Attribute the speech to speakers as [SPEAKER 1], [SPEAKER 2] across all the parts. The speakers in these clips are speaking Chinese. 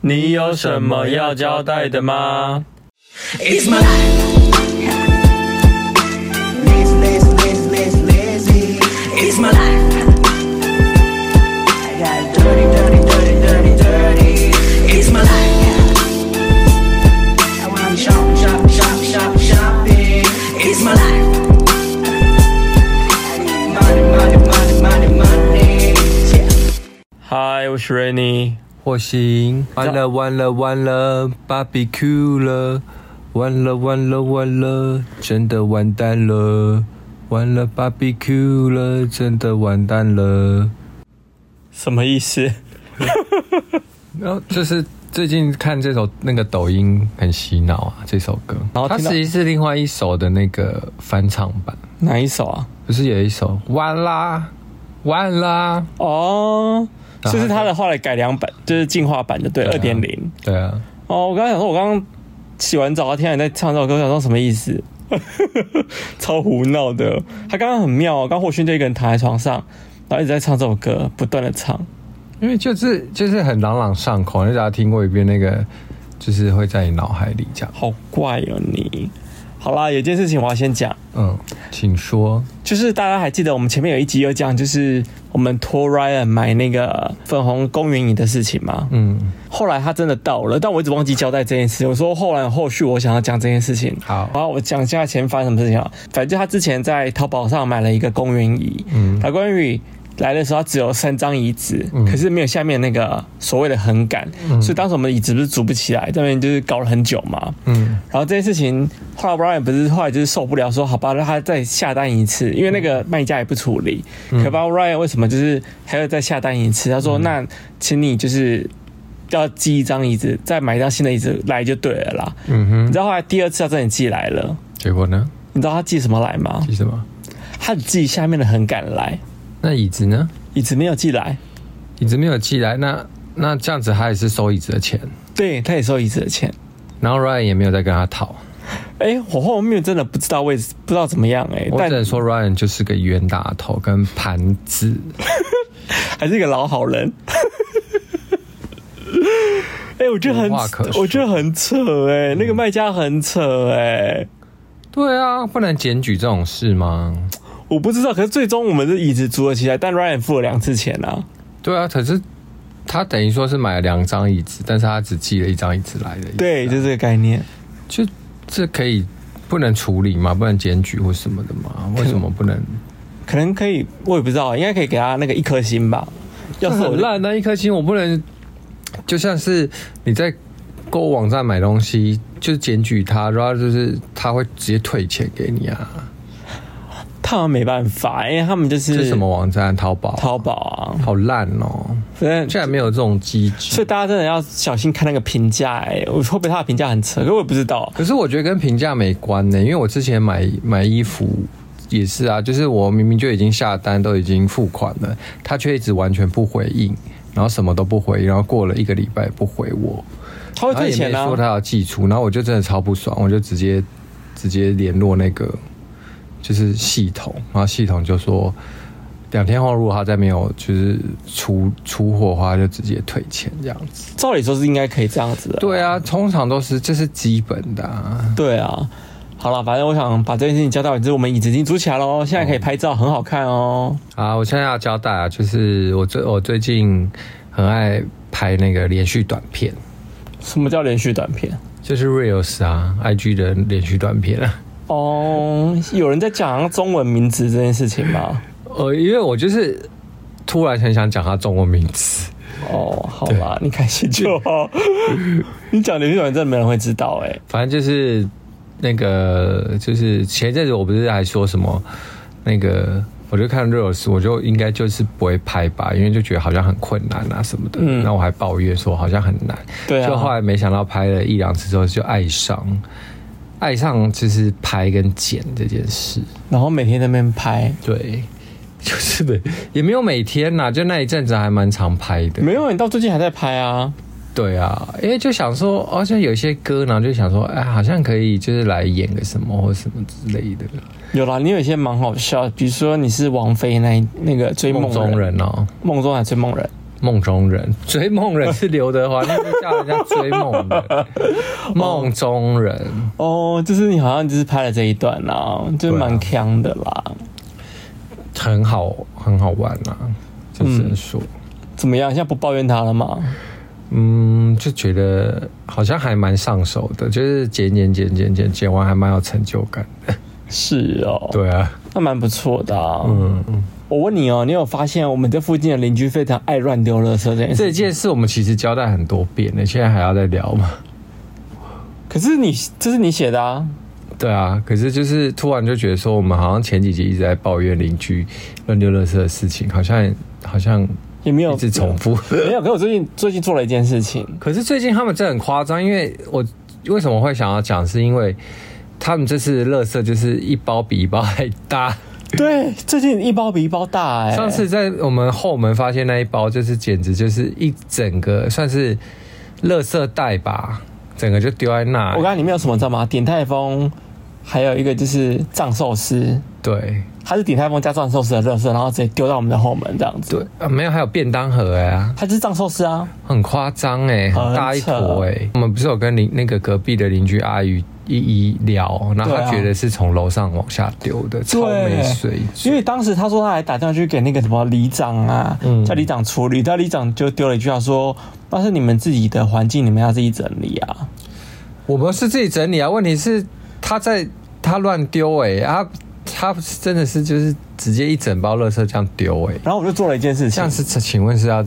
[SPEAKER 1] 你有什么要交代的吗？
[SPEAKER 2] It's my life. Lazy, lazy, lazy, lazy, lazy. It's my life. I got dirty, dirty, dirty, dirty, dirty. It's my life. I wanna shop, shop, shop, shop, shopping. It's my life. I need money, money, money, money, money. Yeah.
[SPEAKER 1] 嗨，我是 Rainy。
[SPEAKER 3] 火星，完了完了完了，barbecue 了，完了完了完了，真的完蛋了，完了 barbecue 了，真的完蛋了。
[SPEAKER 1] 什么意思？
[SPEAKER 3] 然后就是最近看这首那个抖音很洗脑啊，这首歌，
[SPEAKER 1] 然后
[SPEAKER 3] 它
[SPEAKER 1] 听到
[SPEAKER 3] 其实是另外一首的那个翻唱版，
[SPEAKER 1] 哪一首啊？
[SPEAKER 3] 不是有一首完啦完啦，
[SPEAKER 1] 哦，
[SPEAKER 3] 然后
[SPEAKER 1] 就是他的后来改良版，就是进化版的，对，二
[SPEAKER 3] 对啊
[SPEAKER 1] 点零。
[SPEAKER 3] 对啊，
[SPEAKER 1] 哦，我刚刚想说，我刚刚洗完澡，听到你在唱这首歌，我想说什么意思？ 超胡闹的。他刚刚很妙哦，刚霍勋就一个人躺在床上，然后一直在唱这首歌，不断的唱。
[SPEAKER 3] 因为就是就是很朗朗上口，你只要听过一遍那个，就是会在你脑海里这样。
[SPEAKER 1] 好怪哦你。好啦，有件事情我要先讲，
[SPEAKER 3] 嗯，请说。
[SPEAKER 1] 就是大家还记得我们前面有一集有讲，就是我们托 Ryan 买那个粉红公园椅的事情吗？
[SPEAKER 3] 嗯，
[SPEAKER 1] 后来他真的到了，但我一直忘记交代这件事。我说后来后续我想要讲这件事情。
[SPEAKER 3] 好
[SPEAKER 1] 然后我讲一下前发生什么事情啊？反正就他之前在淘宝上买了一个公园椅，嗯，那公园椅。来的时候，它只有三张椅子，
[SPEAKER 3] 嗯
[SPEAKER 1] 可是没有下面那个所谓的横杆，所以当时我们椅子不是组不起来，这边就是搞了很久嘛。
[SPEAKER 3] 嗯，
[SPEAKER 1] 然后这件事情后来 Brian 不是后来就是受不了，说好吧，让他再下单一次，因为那个卖家也不处理。可不知道 Brian 为什么就是还要再下单一次，他说、那请你就是要寄一张椅子，再买一张新的椅子来就对了啦。
[SPEAKER 3] 嗯
[SPEAKER 1] 你
[SPEAKER 3] 哼，
[SPEAKER 1] 知道后来第二次他真的寄来了，
[SPEAKER 3] 结果呢？
[SPEAKER 1] 你知道他寄什么来吗？
[SPEAKER 3] 是什么？
[SPEAKER 1] 他寄下面的横杆来，
[SPEAKER 3] 那椅子呢？
[SPEAKER 1] 椅子没有寄来，
[SPEAKER 3] 椅子没有寄来，那那这样子他也是收椅子的钱，
[SPEAKER 1] 对他也收椅子的钱。
[SPEAKER 3] 然后 Ryan 也没有再跟他讨。
[SPEAKER 1] 哎、我后面真的不知道位置，不知道怎么样哎、
[SPEAKER 3] 我只
[SPEAKER 1] 但
[SPEAKER 3] 能说 Ryan 就是个冤大头跟盘子。
[SPEAKER 1] 还是一个老好人。 哎、我觉得很
[SPEAKER 3] 无话可，说嗯
[SPEAKER 1] 我觉得很扯哎、那个卖家很扯哎、
[SPEAKER 3] 对啊，不能检举这种事吗？
[SPEAKER 1] 我不知道。可是最终我们的椅子租了起来，但 Ryan 付了两次钱啊。
[SPEAKER 3] 对啊，可是他等于说是买了两张椅子，但是他只寄了一张椅子来的。
[SPEAKER 1] 对，就是这个概念。
[SPEAKER 3] 就这可以不能处理吗？不能检举或什么的吗？为什么不能？
[SPEAKER 1] 可能可以，我也不知道，应该可以给他那个一颗星 吧。要是我
[SPEAKER 3] 很烂那一颗星我不能，就像是你在购物网站买东西，就检举他，然后就是他会直接退钱给你啊。
[SPEAKER 1] 他们没办法，因为他们就是
[SPEAKER 3] 这是什么网站？淘宝？
[SPEAKER 1] 淘宝啊，
[SPEAKER 3] 好烂哦！
[SPEAKER 1] 反正
[SPEAKER 3] 竟然没有这种机
[SPEAKER 1] 所以
[SPEAKER 3] 制。
[SPEAKER 1] 大家真的要小心看那个评价哎，我会不会他的评价很扯？可是我也不知道。
[SPEAKER 3] 可是我觉得跟评价没关呢、因为我之前买买衣服也是啊，就是我明明就已经下单，都已经付款了，他却一直完全不回应，然后什么都不回应，然后过了一个礼拜也不回我，
[SPEAKER 1] 他会
[SPEAKER 3] 他
[SPEAKER 1] 退
[SPEAKER 3] 也没
[SPEAKER 1] 钱啊？
[SPEAKER 3] 说他要寄出，然后我就真的超不爽，我就直接直接联络那个就是系统，然后系统就说两天后如果他再没有就是出出货的话，就直接退钱这样子。
[SPEAKER 1] 照理说是应该可以这样子的。
[SPEAKER 3] 对啊，通常都是这是基本的、啊，
[SPEAKER 1] 对啊，好了，反正我想把这件事情交代完之后，我们椅子已经租起来喽，现在可以拍照，很好看哦。
[SPEAKER 3] 啊，我现在要交代啊，就是我最我最近很爱拍那个连续短片，
[SPEAKER 1] 什么叫连续短片？
[SPEAKER 3] 就是 reels 啊，IG 的连续短片啊。
[SPEAKER 1] 哦，有人在讲中文名字这件事情 吗？
[SPEAKER 3] 呃，因为我就是突然很想讲他中文名字，
[SPEAKER 1] 哦，好吧，你开心就 好。你讲连续短片，真的没人会知道哎、
[SPEAKER 3] 反正就是那个，就是前一阵子我不是还说什么那个。我就看 reels，我就应该就是不会拍吧，因为就觉得好像很困难啊什么的。
[SPEAKER 1] 嗯
[SPEAKER 3] 然后我还抱怨说好像很难，
[SPEAKER 1] 对啊
[SPEAKER 3] 就后来没想到拍了一两次之后就爱上，爱上就是拍跟剪这件事。
[SPEAKER 1] 然后每天在那边拍，
[SPEAKER 3] 对，就是 的，也没有每天呐、就那一阵子还蛮常拍的。
[SPEAKER 1] 没有，你到最近还在拍啊？
[SPEAKER 3] 对啊，因为就想说，而、且有些歌，然后就想说，哎，好像可以就是来演个什么或什么之类的。
[SPEAKER 1] 有啦，你有一些蛮好笑，比如说你是王菲那一那个追梦
[SPEAKER 3] 梦中
[SPEAKER 1] 人，
[SPEAKER 3] 人哦，
[SPEAKER 1] 梦中还追梦人，
[SPEAKER 3] 梦中人，追梦人是刘德华，那就叫人家追梦 人，梦中人。
[SPEAKER 1] 哦，就是你好像就是拍了这一段啦、就是
[SPEAKER 3] 对啊
[SPEAKER 1] 蛮强的啦。
[SPEAKER 3] 很好，很好玩啊，就只能说，
[SPEAKER 1] 怎么样？现在不抱怨他了吗？
[SPEAKER 3] 嗯就觉得好像还蛮上手的，就是剪剪剪剪剪剪完还蛮有成就感的。
[SPEAKER 1] 是哦，
[SPEAKER 3] 对啊，
[SPEAKER 1] 那蛮不错的、啊。
[SPEAKER 3] 嗯，嗯
[SPEAKER 1] 我问你哦，你有发现我们这附近的邻居非常爱乱丢垃圾这件
[SPEAKER 3] 这
[SPEAKER 1] 事？
[SPEAKER 3] 件事我们其实交代很多遍了，现在还要再聊吗？
[SPEAKER 1] 可是你这是你写的啊？
[SPEAKER 3] 对啊，可是就是突然就觉得说，我们好像前几集一直在抱怨邻居乱丢垃圾的事情，好像好像
[SPEAKER 1] 也没有
[SPEAKER 3] 一直重复。
[SPEAKER 1] 没有，可是我最近最近做了一件事情，
[SPEAKER 3] 可是最近他们真的很夸张，因为我为什么会想要讲，是因为他们这次垃圾就是一包比一包还大。
[SPEAKER 1] 对，最近一包比一包大哎、
[SPEAKER 3] 上次在我们后门发现那一包，就是简直就是一整个算是垃圾袋吧，整个就丢在那
[SPEAKER 1] 我。刚才里面有什么你知道吗？鼎泰丰，还有一个就是藏寿司，
[SPEAKER 3] 对
[SPEAKER 1] 它是鼎泰丰加藏寿司的垃圾，然后直接丢到我们的后门这样子。
[SPEAKER 3] 对，啊，没有，还有便当盒哎、啊。
[SPEAKER 1] 它就是藏寿司啊，
[SPEAKER 3] 很夸张哎，
[SPEAKER 1] 很
[SPEAKER 3] 很大一
[SPEAKER 1] 扯
[SPEAKER 3] 坨哎、我们不是有跟邻那个隔壁的邻居阿姨一一聊，然后
[SPEAKER 1] 对
[SPEAKER 3] 她
[SPEAKER 1] 啊
[SPEAKER 3] 觉得是从楼上往下丢的，超没水
[SPEAKER 1] 因
[SPEAKER 3] 准。
[SPEAKER 1] 为当时他说他还打电话去给那个什么里长啊，
[SPEAKER 3] 嗯
[SPEAKER 1] 叫里长处理，但里长就丢了一句话说：“那是你们自己的环境，你们要自己整理啊。
[SPEAKER 3] 我们是自己整理啊，问题是她在她乱丢哎，她她真的是就是直接一整包垃圾这样丢哎、”
[SPEAKER 1] 然后我就做了一件事
[SPEAKER 3] 这
[SPEAKER 1] 情
[SPEAKER 3] 样，是请问是要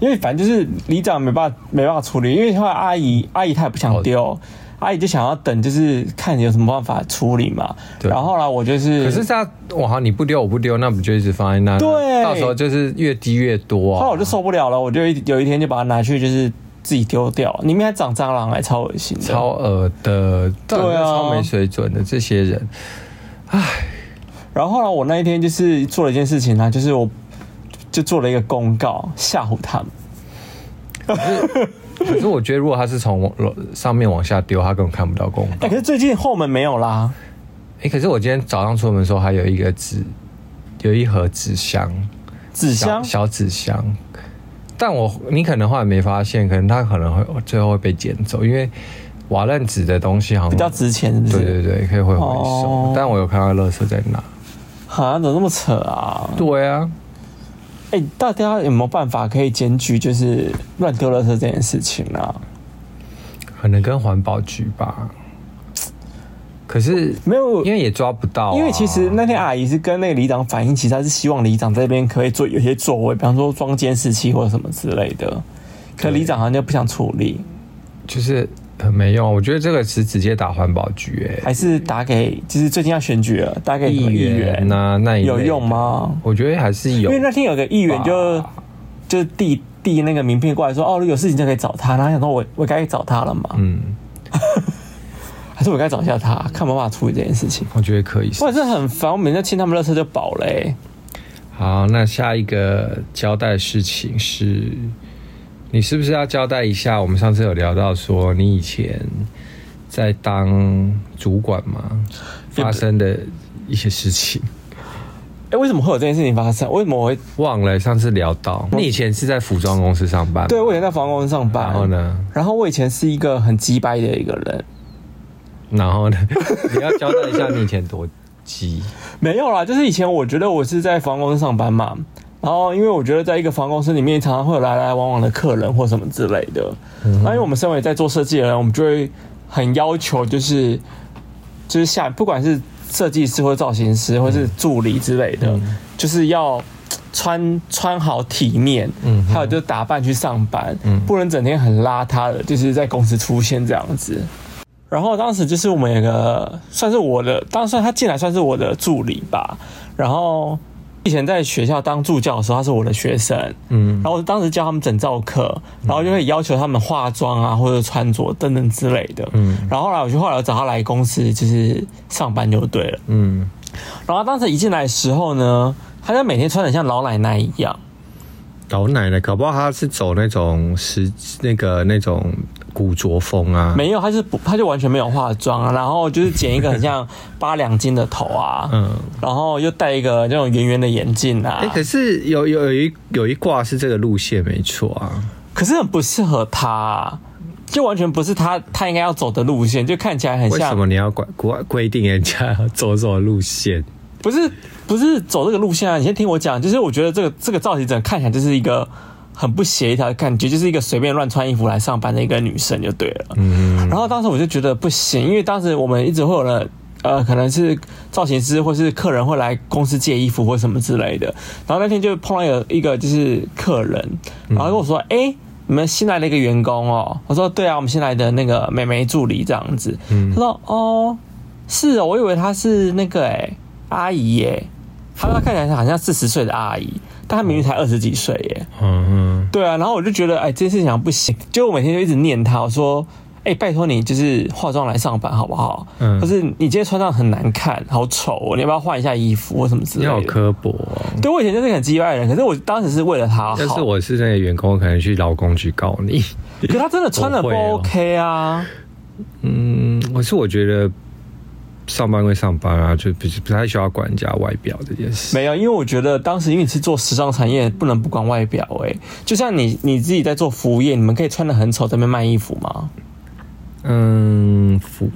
[SPEAKER 1] 因为反正就是里长没办法没办法处理，因为后来阿姨阿姨她也不想
[SPEAKER 3] 哦
[SPEAKER 1] 丢，阿姨就想要等，就是看有什么办法处理嘛。
[SPEAKER 3] 对
[SPEAKER 1] 然后后来我就是，
[SPEAKER 3] 可是这样哇，好你不丢我不丢，那不就一直放在那？
[SPEAKER 1] 对
[SPEAKER 3] 到时候就是越低越多啊。
[SPEAKER 1] 后来我就受不了了，我就一有一天就把它拿去就是自己丢掉，里面还长蟑螂，还超恶心的。
[SPEAKER 3] 超恶的，
[SPEAKER 1] 对啊
[SPEAKER 3] 真的超没水准的这些人。
[SPEAKER 1] 然后后来我那一天就是做了一件事情啊，就是我就做了一个公告吓唬他们。
[SPEAKER 3] 可是我觉得，如果他是从楼上面往下丢，他根本看不到公告。
[SPEAKER 1] 哎、可是最近后门没有啦，
[SPEAKER 3] 哎、可是我今天早上出门的时候，还有一个纸，有一盒纸箱，
[SPEAKER 1] 纸
[SPEAKER 3] 小
[SPEAKER 1] 箱
[SPEAKER 3] 小纸箱。但我你可能后来没发现，可能它可能会最后会被捡走，因为瓦楞纸的东西好
[SPEAKER 1] 比较
[SPEAKER 3] 像
[SPEAKER 1] 值钱，是不
[SPEAKER 3] 对
[SPEAKER 1] 是？
[SPEAKER 3] 对对，可以会回收。
[SPEAKER 1] 哦
[SPEAKER 3] 但我有看到垃圾在哪。
[SPEAKER 1] 啊，怎么那么扯啊？
[SPEAKER 3] 对啊，
[SPEAKER 1] 哎、大家有没有办法可以检举就是乱丢垃圾这件事情啊？
[SPEAKER 3] 可能跟环保局吧。可是
[SPEAKER 1] 没有，
[SPEAKER 3] 因
[SPEAKER 1] 因为
[SPEAKER 3] 为也抓不到啊、
[SPEAKER 1] 其实那天阿姨是跟那个里长反映，其实她是希望里长这边可以做有些作为，比方说装监视器或者什么之类的。可
[SPEAKER 3] 对
[SPEAKER 1] 里长好像就不想处理，
[SPEAKER 3] 就是很没用。啊我觉得这个是直接打环保局、欸，
[SPEAKER 1] 还是打给就是最近要选举了，打 给什么议员
[SPEAKER 3] 呐、啊那一类的
[SPEAKER 1] 有用？吗？
[SPEAKER 3] 我觉得还是有
[SPEAKER 1] 因为，那天有个议员就
[SPEAKER 3] 吧
[SPEAKER 1] 就递递那个名片过来说，哦，有事情就可以找他。然后想说我我该找他了嘛，
[SPEAKER 3] 嗯，
[SPEAKER 1] 还是我该找一下他，看有没有办法处理这件事情。
[SPEAKER 3] 我觉得可以。
[SPEAKER 1] 我也是很烦，我每天清他们垃圾就饱欸嘞、
[SPEAKER 3] 好，那下一个交代事情是，你是不是要交代一下？我们上次有聊到说，你以前在当主管嘛，
[SPEAKER 1] 也不
[SPEAKER 3] 发生的一些事情，
[SPEAKER 1] 哎、为什么会有这件事情发生？为什么我会
[SPEAKER 3] 忘了上次聊到，你以前是在服装公司上班，
[SPEAKER 1] 对我以前在房公司上班？
[SPEAKER 3] 然后？呢？
[SPEAKER 1] 然后我以前是一个很鸡掰的一个人，
[SPEAKER 3] 然后呢？ 你要交代一下你以前多急。
[SPEAKER 1] 没有啦，就是以前我觉得我是在房公司上班嘛，然后因为我觉得在一个房公司里面，常常会有来来往往的客人或什么之类的。
[SPEAKER 3] 嗯
[SPEAKER 1] 那因为我们身为在做设计的人，我们就会很要求，就是就是下不管是设计师或造型
[SPEAKER 3] 嗯
[SPEAKER 1] 师或是助理之类的，就是要穿穿好体面，
[SPEAKER 3] 嗯哼
[SPEAKER 1] 还有就打扮去上班，
[SPEAKER 3] 嗯
[SPEAKER 1] 不能整天很邋遢的，就是在公司出现这样子。然后当时就是我们有个算是我的，当时他进来算是我的助理吧。然后以前在学校当助教的时候，他是我的学生，
[SPEAKER 3] 嗯
[SPEAKER 1] 然后我当时教他们整造课，然后就会要求他们化妆啊或者穿着等等之类的。
[SPEAKER 3] 嗯
[SPEAKER 1] 然后后来我就后来我找他来公司就是上班就对了。
[SPEAKER 3] 嗯，
[SPEAKER 1] 然后他当时一进来的时候呢，他就每天穿的像老奶奶一样。
[SPEAKER 3] 老奶奶，搞不好她是走那种时那个那种古着风啊，
[SPEAKER 1] 没有，他是不，他就完全没有化妆啊，然后就是剪一个很像八两金的头啊，
[SPEAKER 3] 嗯，
[SPEAKER 1] 然后又戴一个那种圆圆的眼镜啊，
[SPEAKER 3] 哎、可是有有有一有一卦是这个路线没错啊，
[SPEAKER 1] 可是很不适合他、啊，就完全不是他他应该要走的路线，就看起来很
[SPEAKER 3] 为什么
[SPEAKER 1] 像，
[SPEAKER 3] 你要管规规定人家要走什么路线？
[SPEAKER 1] 不是不是走这个路线啊！你先听我讲，就是我觉得这个这个造型整个看起来就是一个很不协调的感觉，就是一个随便乱穿衣服来上班的一个女生就对了。
[SPEAKER 3] 嗯，
[SPEAKER 1] 然后当时我就觉得不行，因为当时我们一直会有人，呃，可能是造型师或是客人会来公司借衣服或什么之类的。然后那天就碰到有一个就是客人，然后跟我说：“哎、你们新来的一个员工哦。”我说：“对啊，我们新来的那个美眉助理这样子。他说：“哦，是哦，我以为她是那个哎、阿姨耶、她她看起来好像四十岁的阿姨，但她明明才二十几岁耶、
[SPEAKER 3] 嗯
[SPEAKER 1] 对啊，然后我就觉得，哎，这件事情好像不行，就我每天就一直念他，我说，哎，拜托你就是化妆来上班好不好？
[SPEAKER 3] 嗯
[SPEAKER 1] 可是你今天穿上很难看，好丑、哦，你要不要换一下衣服或什么之
[SPEAKER 3] 你
[SPEAKER 1] 类
[SPEAKER 3] 好
[SPEAKER 1] 的？
[SPEAKER 3] 刻薄、哦。
[SPEAKER 1] 对，我以前就是很鸡歪的人，可是我当时是为了他好，
[SPEAKER 3] 要是我是那个员工，我可能去劳工局告你。
[SPEAKER 1] 可他真的穿的不
[SPEAKER 3] 我会哦
[SPEAKER 1] OK 啊，
[SPEAKER 3] 嗯，我是我觉得上班归上班啊，就不不太需要管人家外表这件事。
[SPEAKER 1] 没有，因为我觉得当时因为你是做时尚产业，不能不管外表、哎，就像你你自己在做服务业，你们可以穿的很丑在那边卖衣服吗？
[SPEAKER 3] 嗯，服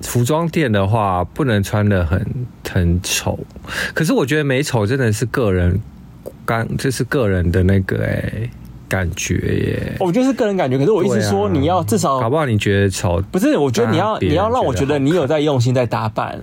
[SPEAKER 3] 服装店的话，不能穿的很很丑，可是我觉得美丑真的是个人感，这是个人的那个哎、感觉耶。
[SPEAKER 1] 我觉得是个人感觉，可是我意思
[SPEAKER 3] 对啊
[SPEAKER 1] 说你要至少
[SPEAKER 3] 搞不好你觉得丑，
[SPEAKER 1] 不是，我觉得你要
[SPEAKER 3] 那别
[SPEAKER 1] 你
[SPEAKER 3] 人
[SPEAKER 1] 要让我觉
[SPEAKER 3] 觉得
[SPEAKER 1] 得
[SPEAKER 3] 好
[SPEAKER 1] 你有在用心在打扮。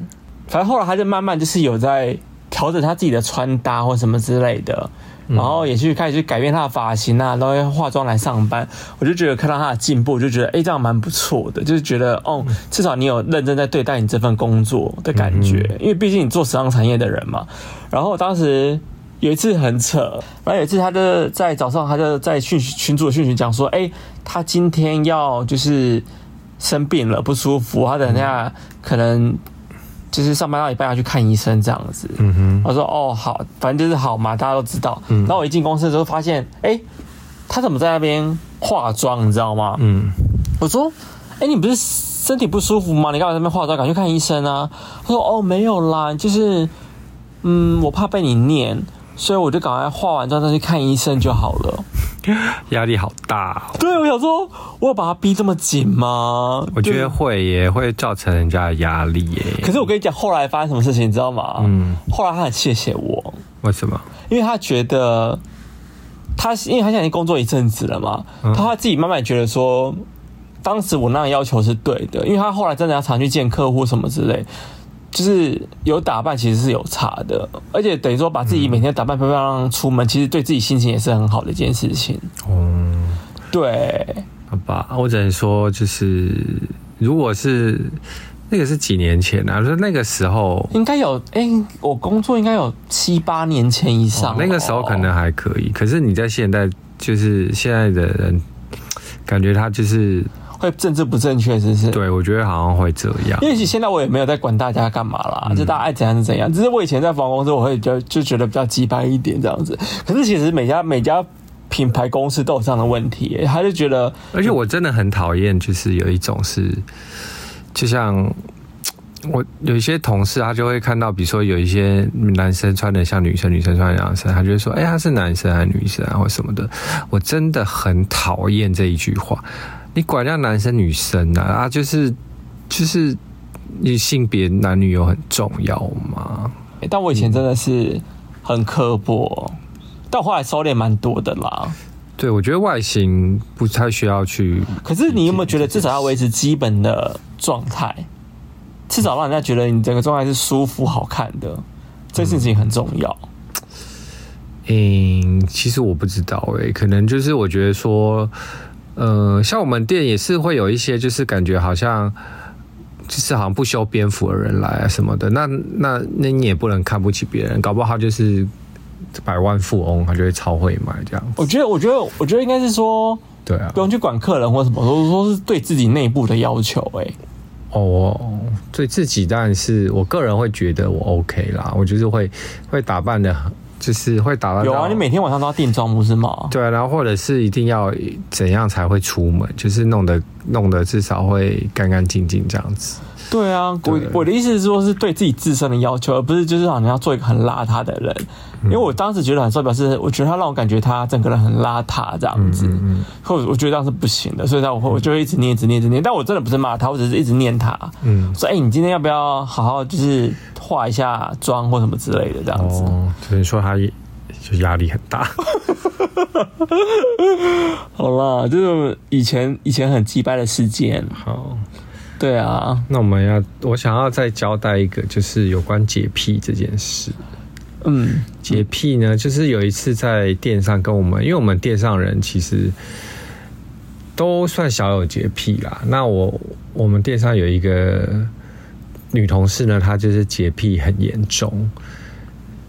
[SPEAKER 1] 反正后来他就慢慢就是有在调整他自己的穿搭或什么之类的，
[SPEAKER 3] 嗯
[SPEAKER 1] 然后也去开始去改变他的发型啊，然后要化妆来上班。我就觉得看到他的进步，我就觉得哎、诶这样蛮不错的，就是觉得哦，
[SPEAKER 3] 嗯
[SPEAKER 1] 至少你有认真在对待你这份工作的感觉，
[SPEAKER 3] 嗯
[SPEAKER 1] 因为毕竟你做时尚产业的人嘛。然后当时有一次很扯，然后有一次他就在早上，他就在讯群主的讯息讲说，哎、他今天要就是生病了，不舒服，他等一
[SPEAKER 3] 嗯
[SPEAKER 1] 下可能就是上班到一半要去看医生这样子。
[SPEAKER 3] 嗯哼，嗯
[SPEAKER 1] 我说哦好，反正就是好嘛，大家都知道。然后我一进公司的时候发现，哎、他怎么在那边化妆，你知道吗？
[SPEAKER 3] 嗯，
[SPEAKER 1] 我说，哎、你不是身体不舒服吗？你干嘛在那边化妆？赶快去看医生啊！他说，哦，没有啦，就是，嗯，我怕被你念，所以我就赶快化完妆再去看医生就好了。
[SPEAKER 3] 压力好大、哦。
[SPEAKER 1] 对，我想说，我有把他逼这么紧吗？
[SPEAKER 3] 我觉
[SPEAKER 1] 就。
[SPEAKER 3] 得会耶，会造成人家的压力耶。
[SPEAKER 1] 可是我跟你讲，后来发生什么事情，你知道吗？
[SPEAKER 3] 嗯，
[SPEAKER 1] 后来他很谢谢我，
[SPEAKER 3] 为什么？
[SPEAKER 1] 因为他觉得他因为他现在已经工作一阵子了嘛，
[SPEAKER 3] 嗯
[SPEAKER 1] 他自己慢慢觉得说，当时我那样要求是对的，因为他后来真的要常去见客户什么之类，就是有打扮其实是有差的，而且等于说把自己每天打扮漂漂亮亮出门，其实对自己心情也是很好的一件事情。
[SPEAKER 3] 嗯，
[SPEAKER 1] 对，
[SPEAKER 3] 好吧，我只能说就是，如果是那个是几年前啊，就是那个时候，
[SPEAKER 1] 应该有哎、我工作应该有七八年前以上、
[SPEAKER 3] 哦
[SPEAKER 1] 哦
[SPEAKER 3] 那个时候可能。还可以，可是你在现在，就是现在的人，感觉他就是，
[SPEAKER 1] 会政治不正确，是不是？
[SPEAKER 3] 对我觉得好像会这样
[SPEAKER 1] 因。为其实现在我 也没有在管大家干嘛啦，就大家爱怎样就怎样。只是我以前在房公司，我会就就觉得比较鸡掰一点这样子。可是其实每家每家品牌公司都有这样的问题、他就觉得
[SPEAKER 3] 而且我真的很讨厌，就是有一种是，就像我有一些同事，他就会看到，比如说有一些男生穿的像女生，女生穿的像男生，他就会说：“哎、他是男生还是女生啊，或什么的。”我真的很讨厌这一句话。你管人家男生女生啊，啊，就是就是，你性别男女有很重要吗？
[SPEAKER 1] 欸但我以前真的是很刻薄，但我后来收敛蛮多的啦。
[SPEAKER 3] 对，我觉得外形不太需要去，
[SPEAKER 1] 可是你有没有觉得至少要维持基本的状态，至少让人家觉得你整个状态是舒服好看的，这件事情很重要。
[SPEAKER 3] 嗯，其实我不知道诶、可能就是我觉得说，呃，像我们店也是会有一些，就是感觉好像。就是好像不修边幅的人来啊什么的，那那那你也不能看不起别人，搞不好他就是百万富翁，他就会超会买这样。
[SPEAKER 1] 我觉得，我觉得，我觉得应该是说。
[SPEAKER 3] 对啊
[SPEAKER 1] 不，用去管客人或什么，我说是对自己内部的要求、哎，
[SPEAKER 3] 哦，我对自己当然是我个人会觉得我 OK 啦，我就是会会打扮的就是会打扮到
[SPEAKER 1] 有啊，你每天晚上都要定妆不是吗？
[SPEAKER 3] 对啊，然后或者是一定要怎样才会出门，就是弄得弄得至少会干干净净这样子。
[SPEAKER 1] 对啊，我
[SPEAKER 3] 对
[SPEAKER 1] 我的意思是说，是对自己自身的要求，而不是就是好像要做一个很邋遢的人。
[SPEAKER 3] 嗯
[SPEAKER 1] 因为我当时觉得很受表示，我觉得他让我感觉他整个人很邋遢这样
[SPEAKER 3] 嗯
[SPEAKER 1] 子，可我我觉得这样是不行的，所以呢，我会我就会一直念，一直念，一直念。但我真的不是骂他，我只是一直念他，
[SPEAKER 3] 嗯，
[SPEAKER 1] 说哎、你今天要不要好好就是化一下妆或什么之类的这样子。
[SPEAKER 3] 哦，所以说他也就压力很大。
[SPEAKER 1] 好啦，就是以前以前很鸡掰的事件，
[SPEAKER 3] 好，
[SPEAKER 1] 对啊，
[SPEAKER 3] 那我们要，我想要再交代一个，就是有关洁癖这件事。
[SPEAKER 1] 嗯，
[SPEAKER 3] 洁癖呢，就是有一次在店上跟我们，因为我们店上人其实都算小有洁癖啦。那我我们店上有一个女同事呢，她就是洁癖很严重。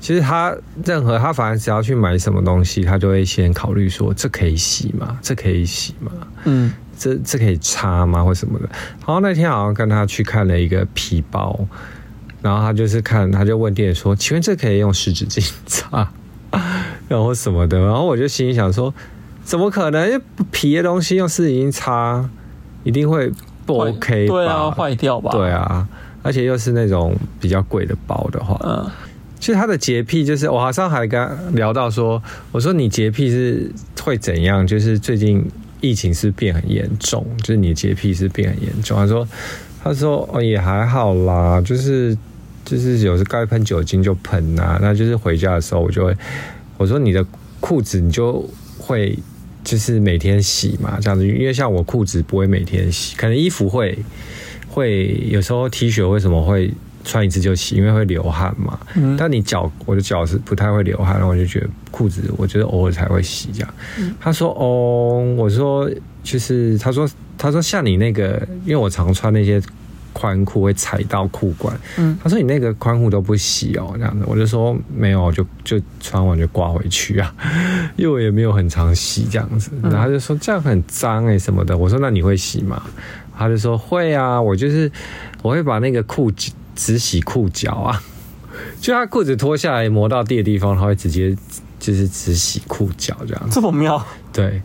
[SPEAKER 3] 其实她任何她反正只要去买什么东西，她就会先考虑说这可以洗吗？这可以洗吗？
[SPEAKER 1] 嗯
[SPEAKER 3] 这这可以擦吗？或什么的。然后那天好像跟他去看了一个皮包，然后他就是看，他就问店员说：“请问这可以用湿纸巾擦？” 然后什么的。然后我就心里想说：“怎么可能？因为皮的东西用湿纸巾擦，一定会不
[SPEAKER 1] 坏
[SPEAKER 3] OK 吧？
[SPEAKER 1] 对啊，坏掉吧，
[SPEAKER 3] 对，啊而且又是那种比较贵的包的话，
[SPEAKER 1] 嗯，
[SPEAKER 3] 其实他的洁癖就是，哦我好像还跟他聊到说，我说你洁癖是会怎样？就是最近疫情是变很严重，就是你洁癖是变很严重。他说，他说哦也还好啦，就是就是有时该喷酒精就喷啊，那就是回家的时候我就会，我说你的裤子你就会。就是每天洗嘛，这样子，因为像我裤子不会每天洗，可能衣服会会有时候 T 恤为什么会穿一次就洗，因为会流汗嘛。
[SPEAKER 1] 嗯
[SPEAKER 3] 但你脚，我的脚是不太会流汗，然后我就觉得裤子，我觉得偶尔才会洗这样。他说哦，我说就是他说他说像你那个，因为我常穿那些宽裤会踩到裤管，
[SPEAKER 1] 嗯
[SPEAKER 3] 他说你那个宽裤都不洗哦，这样子，我就说没有，就就穿完就挂回去啊， 因为我也没有很常洗这样子。然后他就说这样很脏哎、什么的，我说那你会洗吗？他就说会啊，我就是我会把那个裤子只洗裤脚啊， 就他裤子脱下来磨到地的地方，他会直接就是只洗裤脚这样子。
[SPEAKER 1] 这么妙，
[SPEAKER 3] 对。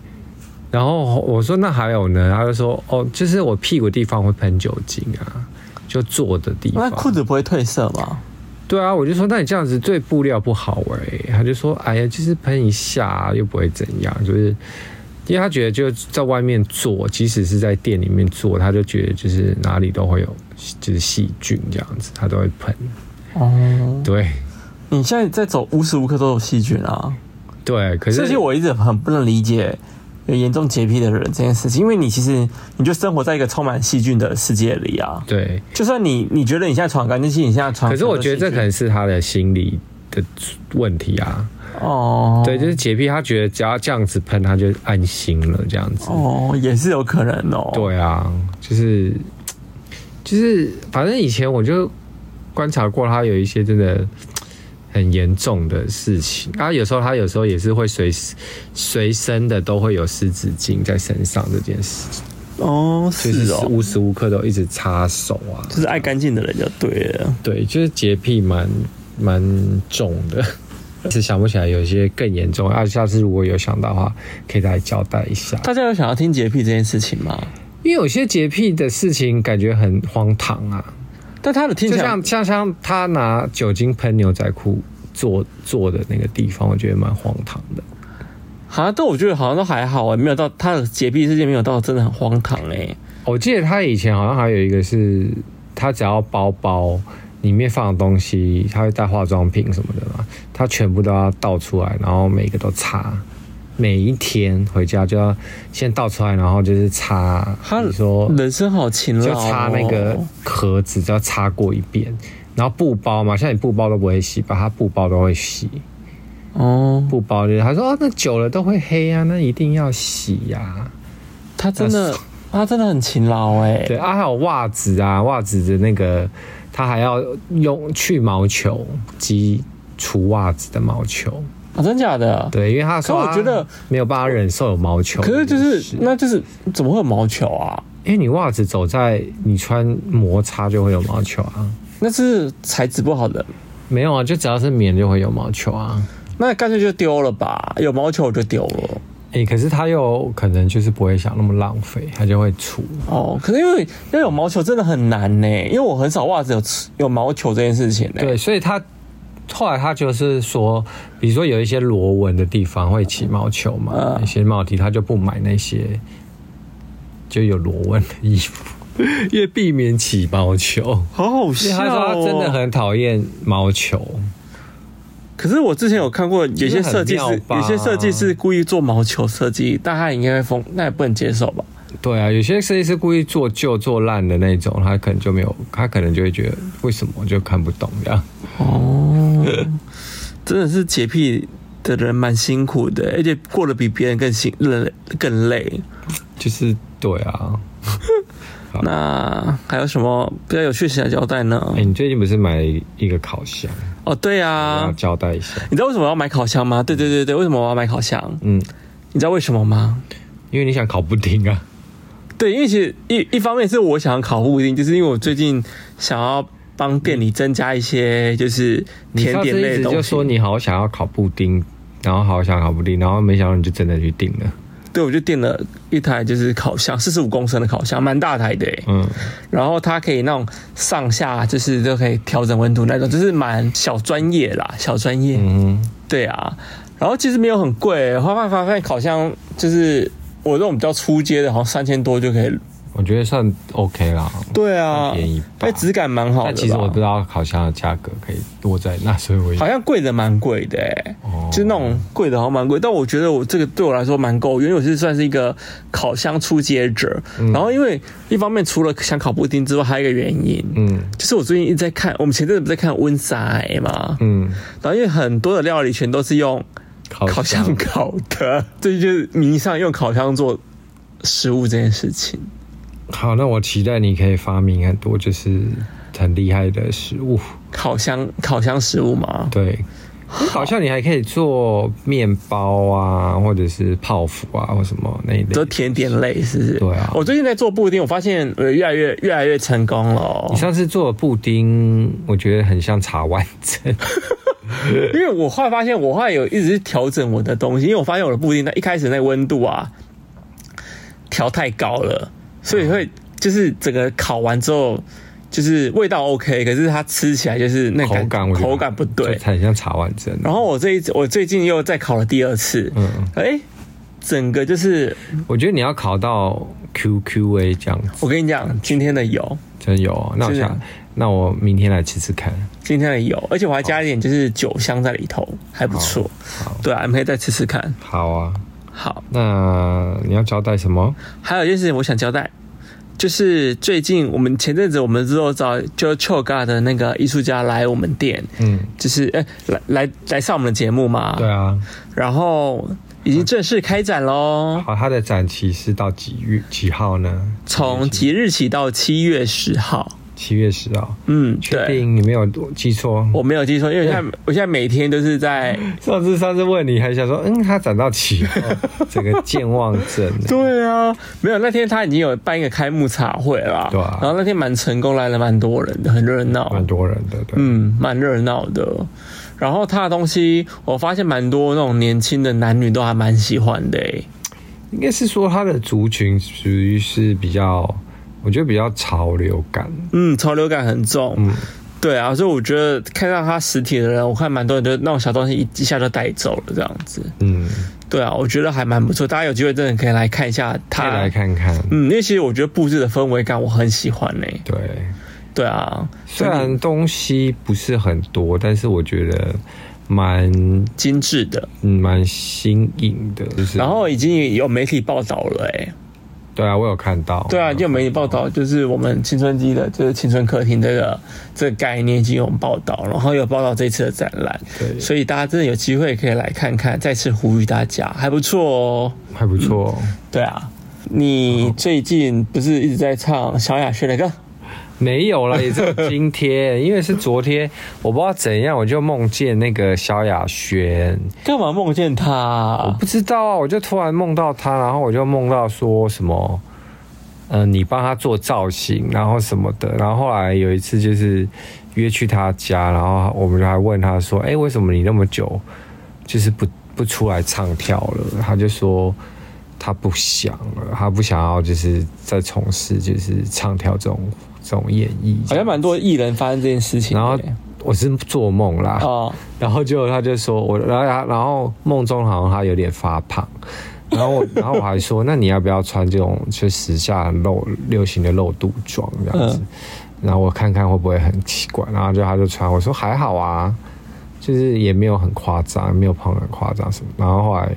[SPEAKER 3] 然后我说那还有呢，他就说哦，就是我屁股地方会喷酒精啊，就坐的地
[SPEAKER 1] 那
[SPEAKER 3] 方。
[SPEAKER 1] 裤子不会褪色吗？
[SPEAKER 3] 对啊，我就说那你这样子对布料不好哎、他就说哎呀，就是喷一下、又不会怎样，就是因为他觉得就在外面做，即使是在店里面做，他就觉得就是哪里都会有就是细菌这样子，他都会喷。
[SPEAKER 1] 哦，
[SPEAKER 3] 对
[SPEAKER 1] 你现在在走，无时无刻都有细菌啊。
[SPEAKER 3] 对，可是
[SPEAKER 1] 这些我一直很不能理解有严重洁癖的人这件事情，因为你其实你就生活在一个充满细菌的世界里啊。
[SPEAKER 3] 对，
[SPEAKER 1] 就算你你觉得你现在床干净，其实你现在床
[SPEAKER 3] 可是我觉得这可能是他的心理的问题啊。
[SPEAKER 1] 哦，
[SPEAKER 3] 对，就是洁癖，他觉得只要这样子喷，他就安心了，这样子。
[SPEAKER 1] 哦，也是有可能哦。，
[SPEAKER 3] 对啊，就是就是，反正以前我就观察过他有一些真的很严重的事情啊，有时候他有时候也是会随随身的都会有湿纸巾在身上这件事情，
[SPEAKER 1] 哦，
[SPEAKER 3] 就是是
[SPEAKER 1] 哦，
[SPEAKER 3] 无时无刻都一直擦手啊，
[SPEAKER 1] 就是爱干净的人就对了。
[SPEAKER 3] 对，就是洁癖蛮蛮重的。 是想不起来有一些更严重啊，下次如果有想到的话，可以再交代一下。
[SPEAKER 1] 大家有想要听洁癖这件事情吗？
[SPEAKER 3] 因为有些洁癖的事情感觉很荒唐啊，
[SPEAKER 1] 但他的听
[SPEAKER 3] 就
[SPEAKER 1] 起来
[SPEAKER 3] 像像像他拿酒精喷牛仔裤做做的那个地方，我觉得蛮荒唐的。
[SPEAKER 1] 好像，但我觉得好像都还好啊，没有到他的洁癖世界没有到真的很荒唐哎、
[SPEAKER 3] 我记得他以前好像还有一个是，他只要包包里面放的东西，他会带化妆品什么的嘛，他全部都要倒出来，然后每个都擦。每一天回家就要先倒出来，然后就是擦。
[SPEAKER 1] 他
[SPEAKER 3] 你说
[SPEAKER 1] 人生好勤劳、
[SPEAKER 3] 哦就
[SPEAKER 1] 哦，
[SPEAKER 3] 擦那个盒子，就要擦过一遍。然后布包嘛，像你布包都不会洗吧，他布包都会洗。
[SPEAKER 1] 哦，
[SPEAKER 3] 布包就是他说哦，那久了都会黑啊，那一定要洗啊呀、
[SPEAKER 1] 他真的，他真的很勤劳哎、
[SPEAKER 3] 对啊，还有袜子啊，袜子的那个他还要用去毛球及除袜子的毛球。
[SPEAKER 1] 啊，真假的？
[SPEAKER 3] 对，因为他说
[SPEAKER 1] 可我
[SPEAKER 3] 他
[SPEAKER 1] 觉得
[SPEAKER 3] 没有办法忍受有毛球这
[SPEAKER 1] 可
[SPEAKER 3] 件
[SPEAKER 1] 是
[SPEAKER 3] 事。
[SPEAKER 1] 就是，那就是怎么会有毛球啊？
[SPEAKER 3] 因为你袜子走在你穿摩擦就会有毛球啊，
[SPEAKER 1] 那是材质不好的
[SPEAKER 3] 没有啊，就只要是棉就会有毛球啊。
[SPEAKER 1] 那干脆就丢了吧，有毛球我就丢了。
[SPEAKER 3] 哎、可是他又可能就是不会想那么浪费，他就会出。
[SPEAKER 1] 哦，可是因为要有毛球真的很难呢，因为我很少袜子有有毛球这件事情呢。
[SPEAKER 3] 对，，所以他后来他就是说，比如说有一些螺纹的地方会起毛球嘛，
[SPEAKER 1] 嗯
[SPEAKER 3] 一些帽体他就不买那些就有螺纹的衣服， 因为避免起毛球。
[SPEAKER 1] 好好
[SPEAKER 3] 因为
[SPEAKER 1] 笑
[SPEAKER 3] 他说他
[SPEAKER 1] 哦。
[SPEAKER 3] 真的，很讨厌毛球，
[SPEAKER 1] 可是我之前有看过有些设计
[SPEAKER 3] 就是很
[SPEAKER 1] 师
[SPEAKER 3] 妙，吧
[SPEAKER 1] 有些设计师故意做毛球设计，但他应该会疯，那也不能接受吧？
[SPEAKER 3] 对啊，有些设计师故意做旧做烂的那种，他可能就没有，他可能就会觉得为什么我就看不懂这样。
[SPEAKER 1] 哦，真的是洁癖的人蛮辛苦的，而且过得比别人更辛累更累。
[SPEAKER 3] 就是对啊，
[SPEAKER 1] 那还有什么比较有趣的小交代呢
[SPEAKER 3] 哎、？你最近不是买了一个烤箱，
[SPEAKER 1] 哦，对
[SPEAKER 3] 要
[SPEAKER 1] 啊，
[SPEAKER 3] 交代一下。
[SPEAKER 1] 你知道为什么我要买烤箱吗？对对对对，为什么我要买烤箱？
[SPEAKER 3] 嗯，
[SPEAKER 1] 你知道为什么吗？
[SPEAKER 3] 因为你想烤布丁啊。
[SPEAKER 1] 对，因为其实一一方面是我想烤布丁，就是因为我最近想要帮店里增加一些就是
[SPEAKER 3] 嗯你
[SPEAKER 1] 甜
[SPEAKER 3] 上次
[SPEAKER 1] 点类
[SPEAKER 3] 一直
[SPEAKER 1] 的
[SPEAKER 3] 就
[SPEAKER 1] 东
[SPEAKER 3] 说
[SPEAKER 1] 西。
[SPEAKER 3] 你好想要烤布丁，然后好想烤布丁，然后没想到你就真的去订了。
[SPEAKER 1] 对，我就订了一台就是烤箱，四十五公升的烤箱，蛮大台的欸。
[SPEAKER 3] 嗯，
[SPEAKER 1] 然后它可以那种上下就是都可以调整温度那种，就是蛮小专业啦，小专业。
[SPEAKER 3] 嗯
[SPEAKER 1] 对啊，然后其实没有很贵，后来发现烤箱就是我这种比较初阶的，好像三千多就可以。
[SPEAKER 3] 我觉得算 OK 啦。
[SPEAKER 1] 对啊，
[SPEAKER 3] 便宜吧
[SPEAKER 1] 哎，质感蛮好的吧。
[SPEAKER 3] 但其实我不知道烤箱的价格可以落在那，所以我也
[SPEAKER 1] 好像贵的蛮贵的、欸，
[SPEAKER 3] 哦
[SPEAKER 1] 就是那种贵的好像蛮贵，但我觉得我这个对我来说蛮够，因为我是算是一个烤箱初阶者。
[SPEAKER 3] 嗯
[SPEAKER 1] 然后因为一方面除了想烤布丁之外，还有一个原因，
[SPEAKER 3] 嗯
[SPEAKER 1] 就是我最近一直在看，我们前阵子不是在看温莎癌嘛，
[SPEAKER 3] 嗯，
[SPEAKER 1] 然后因为很多的料理全都是用
[SPEAKER 3] 烤
[SPEAKER 1] 烤箱烤的， 这就是迷上用烤箱做食物这件事情。
[SPEAKER 3] 好，那我期待你可以发明很多就是很厉害的食物。
[SPEAKER 1] 烤箱烤箱食物嘛，
[SPEAKER 3] 对，好像你还可以做面包啊，或者是泡芙啊，或什么那一类
[SPEAKER 1] 都。甜点类是不是？
[SPEAKER 3] 对啊
[SPEAKER 1] 我最近在做布丁，我发现我越来越越来越成功了哦
[SPEAKER 3] 你。上次做的布丁，我觉得很像茶碗蒸。
[SPEAKER 1] 因为我后来发现，我后来有一直调整我的东西，因为我发现我的布丁它一开始那个温度啊调太高了，所以会就是整个烤完之后。就是味道 OK，可是它吃起来就是 那
[SPEAKER 3] 口感我觉得
[SPEAKER 1] 口感不对哦
[SPEAKER 3] 就，很像茶碗蒸。
[SPEAKER 1] 然后我这一次，我最近又再烤了第二次，嗯，
[SPEAKER 3] 嗯，
[SPEAKER 1] 哎，整个就是
[SPEAKER 3] 我觉得你要考到 QQA 这样子，
[SPEAKER 1] 我跟你讲，今天的有，
[SPEAKER 3] 真有、哦。那我
[SPEAKER 1] 是
[SPEAKER 3] 想，那我明天来吃吃看。
[SPEAKER 1] 今天的有，而且我还加一点就是酒香在里头，还不错
[SPEAKER 3] 好好。
[SPEAKER 1] 对啊，你们可以再吃吃看。
[SPEAKER 3] 好啊，
[SPEAKER 1] 好，
[SPEAKER 3] 那你要交代什么？
[SPEAKER 1] 还有一件事情我想交代，就是最近我们前阵子我们之后找 j o c h o g a 的那个艺术家来我们店，
[SPEAKER 3] 嗯，
[SPEAKER 1] 就是哎、来来来上我们的节目嘛，
[SPEAKER 3] 对，啊，
[SPEAKER 1] 然后已经正式开展喽。
[SPEAKER 3] 好，它的展期是到几月几号呢？
[SPEAKER 1] 从即日起到七月十号，
[SPEAKER 3] 七月十号。
[SPEAKER 1] 嗯，
[SPEAKER 3] 确
[SPEAKER 1] 对，
[SPEAKER 3] 定你没有记错？
[SPEAKER 1] 我没有记错，因为现在我现在每天都是 在，
[SPEAKER 3] 上次上次问你，还想说，嗯，它展到 几号？整个健忘症。欸
[SPEAKER 1] 对啊，没有那天他已经有办一个开幕茶会啦，
[SPEAKER 3] 对啊
[SPEAKER 1] 然后那天蛮成功，来了蛮多人的，很热闹，
[SPEAKER 3] 蛮多人的，对，
[SPEAKER 1] 嗯，蛮热闹的。然后他的东西，我发现蛮多那种年轻的男女都还蛮喜欢的、欸，
[SPEAKER 3] 应该是说它的族群属于是比较，我觉得比较潮流感，
[SPEAKER 1] 嗯，潮流感很重，
[SPEAKER 3] 嗯
[SPEAKER 1] 对啊，所以我觉得看到他实体的人，我看蛮多人就那种小东西一一下就带走了这样子，
[SPEAKER 3] 嗯，
[SPEAKER 1] 对啊，我觉得还蛮不错，大家有机会真的可以来看一下
[SPEAKER 3] 可
[SPEAKER 1] 他，
[SPEAKER 3] 以来看看，
[SPEAKER 1] 嗯，因为其实我觉得布置的氛围感我很喜欢呢、
[SPEAKER 3] 对，
[SPEAKER 1] 对啊，
[SPEAKER 3] 虽然东西不是很多，但是我觉得蛮
[SPEAKER 1] 精致的，
[SPEAKER 3] 嗯蛮新颖的，就是，
[SPEAKER 1] 然后已经有媒体报道了、欸，
[SPEAKER 3] 对啊，我有看到，
[SPEAKER 1] 对啊，就有媒体报道，就是我们青春期的，就是青春客厅这个这个概念已经有报道，然后有报道这次的展览，
[SPEAKER 3] 对
[SPEAKER 1] 所以大家真的有机会可以来看看，再次呼吁大家，还不错哦。
[SPEAKER 3] 还不错，
[SPEAKER 1] 对啊，你最近不是一直在唱萧亚轩的歌？
[SPEAKER 3] 没有了，也只有今天，因为是昨天，我不知道怎样，我就梦见那个萧亚轩，
[SPEAKER 1] 干嘛梦见他、
[SPEAKER 3] 我不知道啊，我就突然梦到他，然后我就梦到说什么，嗯、你帮他做造型，然后什么的，然后后来有一次就是约去他家，然后我们就还问他说，哎、为什么你那么久就是不不出来唱跳了，他就说他不想了，他不想要就是再从事就是唱跳这种这种演艺，
[SPEAKER 1] 好像蛮多艺人发生这件事情的
[SPEAKER 3] 然后
[SPEAKER 1] 耶。
[SPEAKER 3] 我是做梦啦，
[SPEAKER 1] 哦，
[SPEAKER 3] 然后就他就说我，然后他然后梦中好像他有点发胖，然后我 然后我还说，那你要不要穿这种就时下露流行的露肚装这样子？
[SPEAKER 1] 嗯
[SPEAKER 3] 然后我看看会不会很奇怪，然后就他就穿，我说还好啊，就是也没有很夸张，没有胖得很夸张什么。然后后来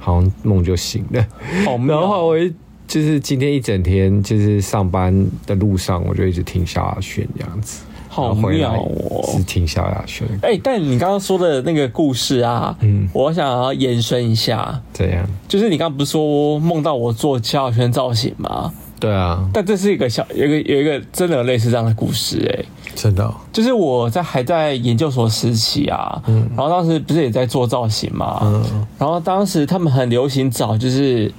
[SPEAKER 3] 好像梦就醒了，
[SPEAKER 1] 好妙
[SPEAKER 3] 然后后来我一就是今天一整天就是上班的路上，我就一直听萧亚轩这样子，然
[SPEAKER 1] 好
[SPEAKER 3] 后回来
[SPEAKER 1] 妙哦
[SPEAKER 3] 是。听萧亚轩的歌
[SPEAKER 1] 哎、但你刚刚说的那个故事啊，
[SPEAKER 3] 嗯
[SPEAKER 1] 我想要延伸一下，
[SPEAKER 3] 这样。
[SPEAKER 1] 就是你刚刚不是说梦到我做萧亚轩造型吗？
[SPEAKER 3] 对啊，
[SPEAKER 1] 但这是一个小有一个有一个真的有类似这样的故事哎、
[SPEAKER 3] 真的哦、
[SPEAKER 1] 就是我在还在研究所时期啊，然后当时不是也在做造型嘛，
[SPEAKER 3] 嗯
[SPEAKER 1] 然后当时他们很流行找就是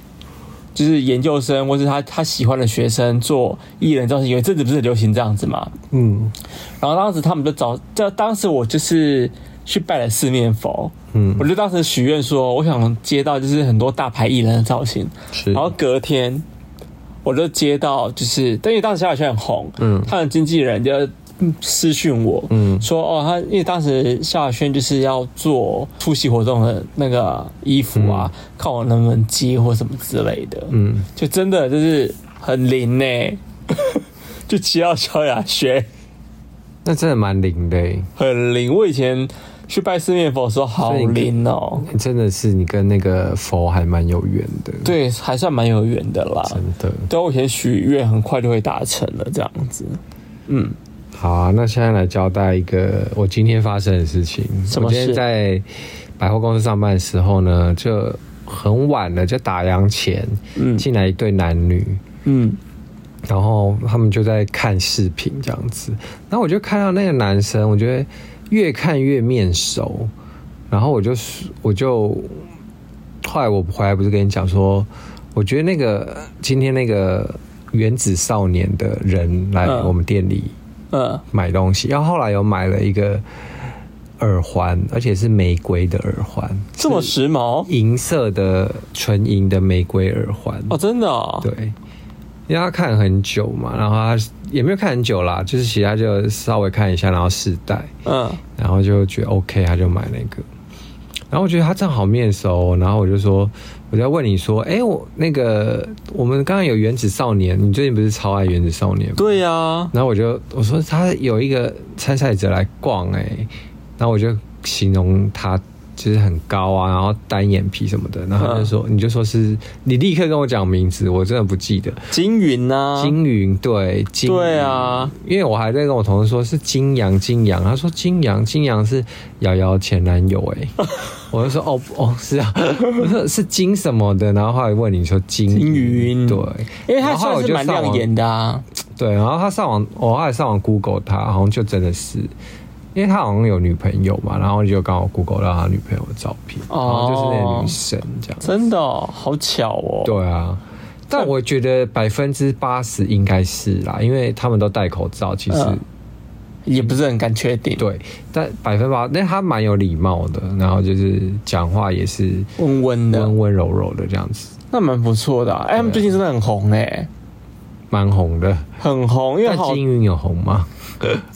[SPEAKER 1] 就是研究生或是他他喜欢的学生做艺人造型，有一阵子不是很流行这样子嘛，
[SPEAKER 3] 嗯
[SPEAKER 1] 然后当时他们就找，这当时我就是去拜了四面佛，
[SPEAKER 3] 嗯
[SPEAKER 1] 我就当时许愿说，我想接到就是很多大牌艺人的造型，
[SPEAKER 3] 是
[SPEAKER 1] 然后隔天我就接到就是，但因为当时萧亚轩很红，嗯，他的经纪人就嗯私讯我，
[SPEAKER 3] 嗯
[SPEAKER 1] 嗯，说哦，他因为当时萧亚轩就是要做出席活动的那个衣服啊，看我能不能接或什么之类的，
[SPEAKER 3] 嗯，
[SPEAKER 1] 就真的就是很灵呢、 就接到萧亚轩。
[SPEAKER 3] 那真的蛮灵的欸，
[SPEAKER 1] 很灵。我以前去拜四面佛的时候好灵哦、
[SPEAKER 3] 真的是你跟那个佛还蛮有缘的，，
[SPEAKER 1] 对，还算蛮有缘的啦。
[SPEAKER 3] 真的。
[SPEAKER 1] 对，啊我以前许愿很快就会达成了，这样子。
[SPEAKER 3] 好啊，那现在来交代一个我今天发生的事情。
[SPEAKER 1] 什么
[SPEAKER 3] 我今天
[SPEAKER 1] 事
[SPEAKER 3] 在百货公司上班的时候呢，就很晚了，就打烊前，
[SPEAKER 1] 嗯
[SPEAKER 3] 进来一对男女，
[SPEAKER 1] 嗯
[SPEAKER 3] 然后他们就在看视频这样子，然后我就看到那个男生，我觉得越看越面熟，然后我就我就后来我回来不是跟你讲说，我觉得那个今天那个原子少年的人来
[SPEAKER 1] 嗯
[SPEAKER 3] 我们店里
[SPEAKER 1] 嗯，
[SPEAKER 3] 买东西，然后后来有买了一个耳环，而且是玫瑰的耳环，
[SPEAKER 1] 这么时髦
[SPEAKER 3] 银色的纯银的玫瑰耳环
[SPEAKER 1] 哦，真的哦。
[SPEAKER 3] 对，因为他看很久嘛，然后他也没有看很久啦，就是其实他就稍微看一下，然后试戴，
[SPEAKER 1] 嗯
[SPEAKER 3] 然后就觉得 OK，他就买那个。然后我觉得他正好面熟，然后我就说，我就要问你说，哎、我那个我们刚刚有原子少年，你最近不是超爱原子少年吗？
[SPEAKER 1] 对呀、
[SPEAKER 3] 然后我就我说他有一个参赛者来逛哎、然后我就形容他就是很高啊，然后单眼皮什么的，然后他就说、你就说是你立刻跟我讲名字，我真的不记得。
[SPEAKER 1] 金云呐、
[SPEAKER 3] 金云对金云
[SPEAKER 1] 啊对啊，
[SPEAKER 3] 因为我还在跟我同事说是金阳金阳，他说金阳金阳是瑶瑶前男友哎、 我就说哦哦是啊，我说是金什么的，然后后来问你说金
[SPEAKER 1] 金云
[SPEAKER 3] 对，
[SPEAKER 1] 因为他
[SPEAKER 3] 然后后来
[SPEAKER 1] 算
[SPEAKER 3] 我
[SPEAKER 1] 是
[SPEAKER 3] 就
[SPEAKER 1] 蛮
[SPEAKER 3] 上网
[SPEAKER 1] 亮眼的啊。
[SPEAKER 3] 对，然后他上网，我后来上网 Google 他，好像就真的是，因为他好像有女朋友嘛，然后就刚好 Google 到他女朋友的照片，然后就是那个女生这样。
[SPEAKER 1] 真的、哦，好巧哦！
[SPEAKER 3] 对啊，但我觉得百分之八十应该是啦，因为他们都戴口罩，其实、
[SPEAKER 1] 嗯也不是很敢确定。，
[SPEAKER 3] 对，但百分八，那他蛮有礼貌的，然后就是讲话也是
[SPEAKER 1] 温温的，
[SPEAKER 3] 温温柔柔的这样子，
[SPEAKER 1] 那蛮不错的、啊。哎、他们最近真的很红哎、
[SPEAKER 3] 蛮红的。
[SPEAKER 1] 很红，因为
[SPEAKER 3] 但
[SPEAKER 1] 好
[SPEAKER 3] 金云有红吗？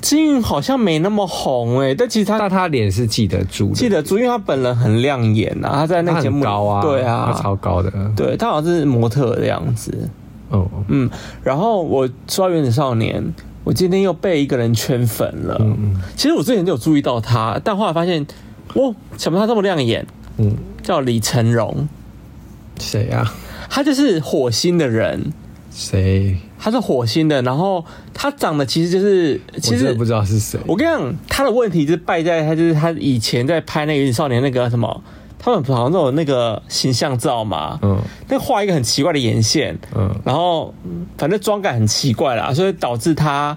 [SPEAKER 1] 金云好像没那么红哎、但其实他
[SPEAKER 3] 但他脸是记得住的，
[SPEAKER 1] 记得住，因为他本人很亮眼啊，他在那
[SPEAKER 3] 他
[SPEAKER 1] 个节
[SPEAKER 3] 很
[SPEAKER 1] 目
[SPEAKER 3] 高啊，
[SPEAKER 1] 对啊，
[SPEAKER 3] 他超高的，
[SPEAKER 1] 对他好像是模特的样子，
[SPEAKER 3] 哦，
[SPEAKER 1] 嗯。然后我说到原子少年，我今天又被一个人圈粉了。
[SPEAKER 3] 嗯
[SPEAKER 1] 其实我之前就有注意到他，但后来发现，哦，想不到他这么亮眼，
[SPEAKER 3] 嗯，
[SPEAKER 1] 叫李成荣，
[SPEAKER 3] 谁啊？
[SPEAKER 1] 他就是火星的人。
[SPEAKER 3] 谁？
[SPEAKER 1] 他是火星的，然后他长得其实就是，
[SPEAKER 3] 我
[SPEAKER 1] 其
[SPEAKER 3] 真的
[SPEAKER 1] 实
[SPEAKER 3] 不知道是谁。
[SPEAKER 1] 我跟你讲，他的问题就是败在他就是他以前在拍那个《原子少年》那个什么，他们好像都有那个形象照嘛，
[SPEAKER 3] 嗯
[SPEAKER 1] 那画一个很奇怪的眼线，
[SPEAKER 3] 嗯
[SPEAKER 1] 然后嗯反正妆感很奇怪啦，所以导致他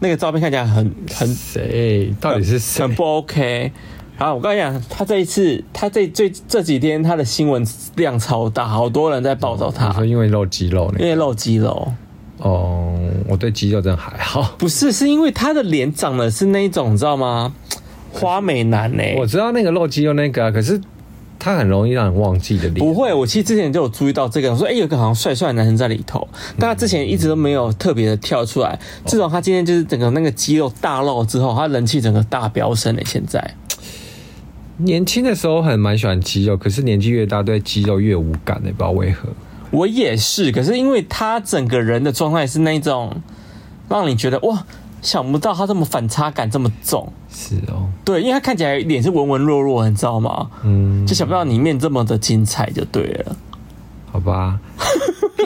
[SPEAKER 1] 那个照片看起来很很
[SPEAKER 3] 谁？到底是谁
[SPEAKER 1] 很？不 OK。然后我跟你讲，他这一次，他这最这几天他的新闻量超大，好多人在报道
[SPEAKER 3] 你
[SPEAKER 1] 他，
[SPEAKER 3] 说因为露肌肉那
[SPEAKER 1] 因
[SPEAKER 3] 个？
[SPEAKER 1] 为露肌肉。
[SPEAKER 3] 哦，我对肌肉真的还好。
[SPEAKER 1] 不是，是因为他的脸长得是那一种，你知道吗？花美男欸呢、
[SPEAKER 3] 我知道那个露肌肉那个啊，可是他很容易让人忘记的脸。
[SPEAKER 1] 不会，我其实之前就有注意到这个，我说哎、诶有个好像帅帅的男生在里头，但他之前一直都没有特别的跳出来。自从他今天就是整个那个肌肉大露之后，他人气整个大飙升了。现在
[SPEAKER 3] 年轻的时候很蛮喜欢肌肉，可是年纪越大对肌肉越无感的、欸不知道为何。
[SPEAKER 1] 我也是，可是因为他整个人的状态是那一种让你觉得哇，想不到他这么反差感这么重。
[SPEAKER 3] 是哦，
[SPEAKER 1] 对，因为他看起来脸是文文弱弱的，你知道吗？
[SPEAKER 3] 嗯，
[SPEAKER 1] 就想不到里面这么的精彩就对了。
[SPEAKER 3] 好吧。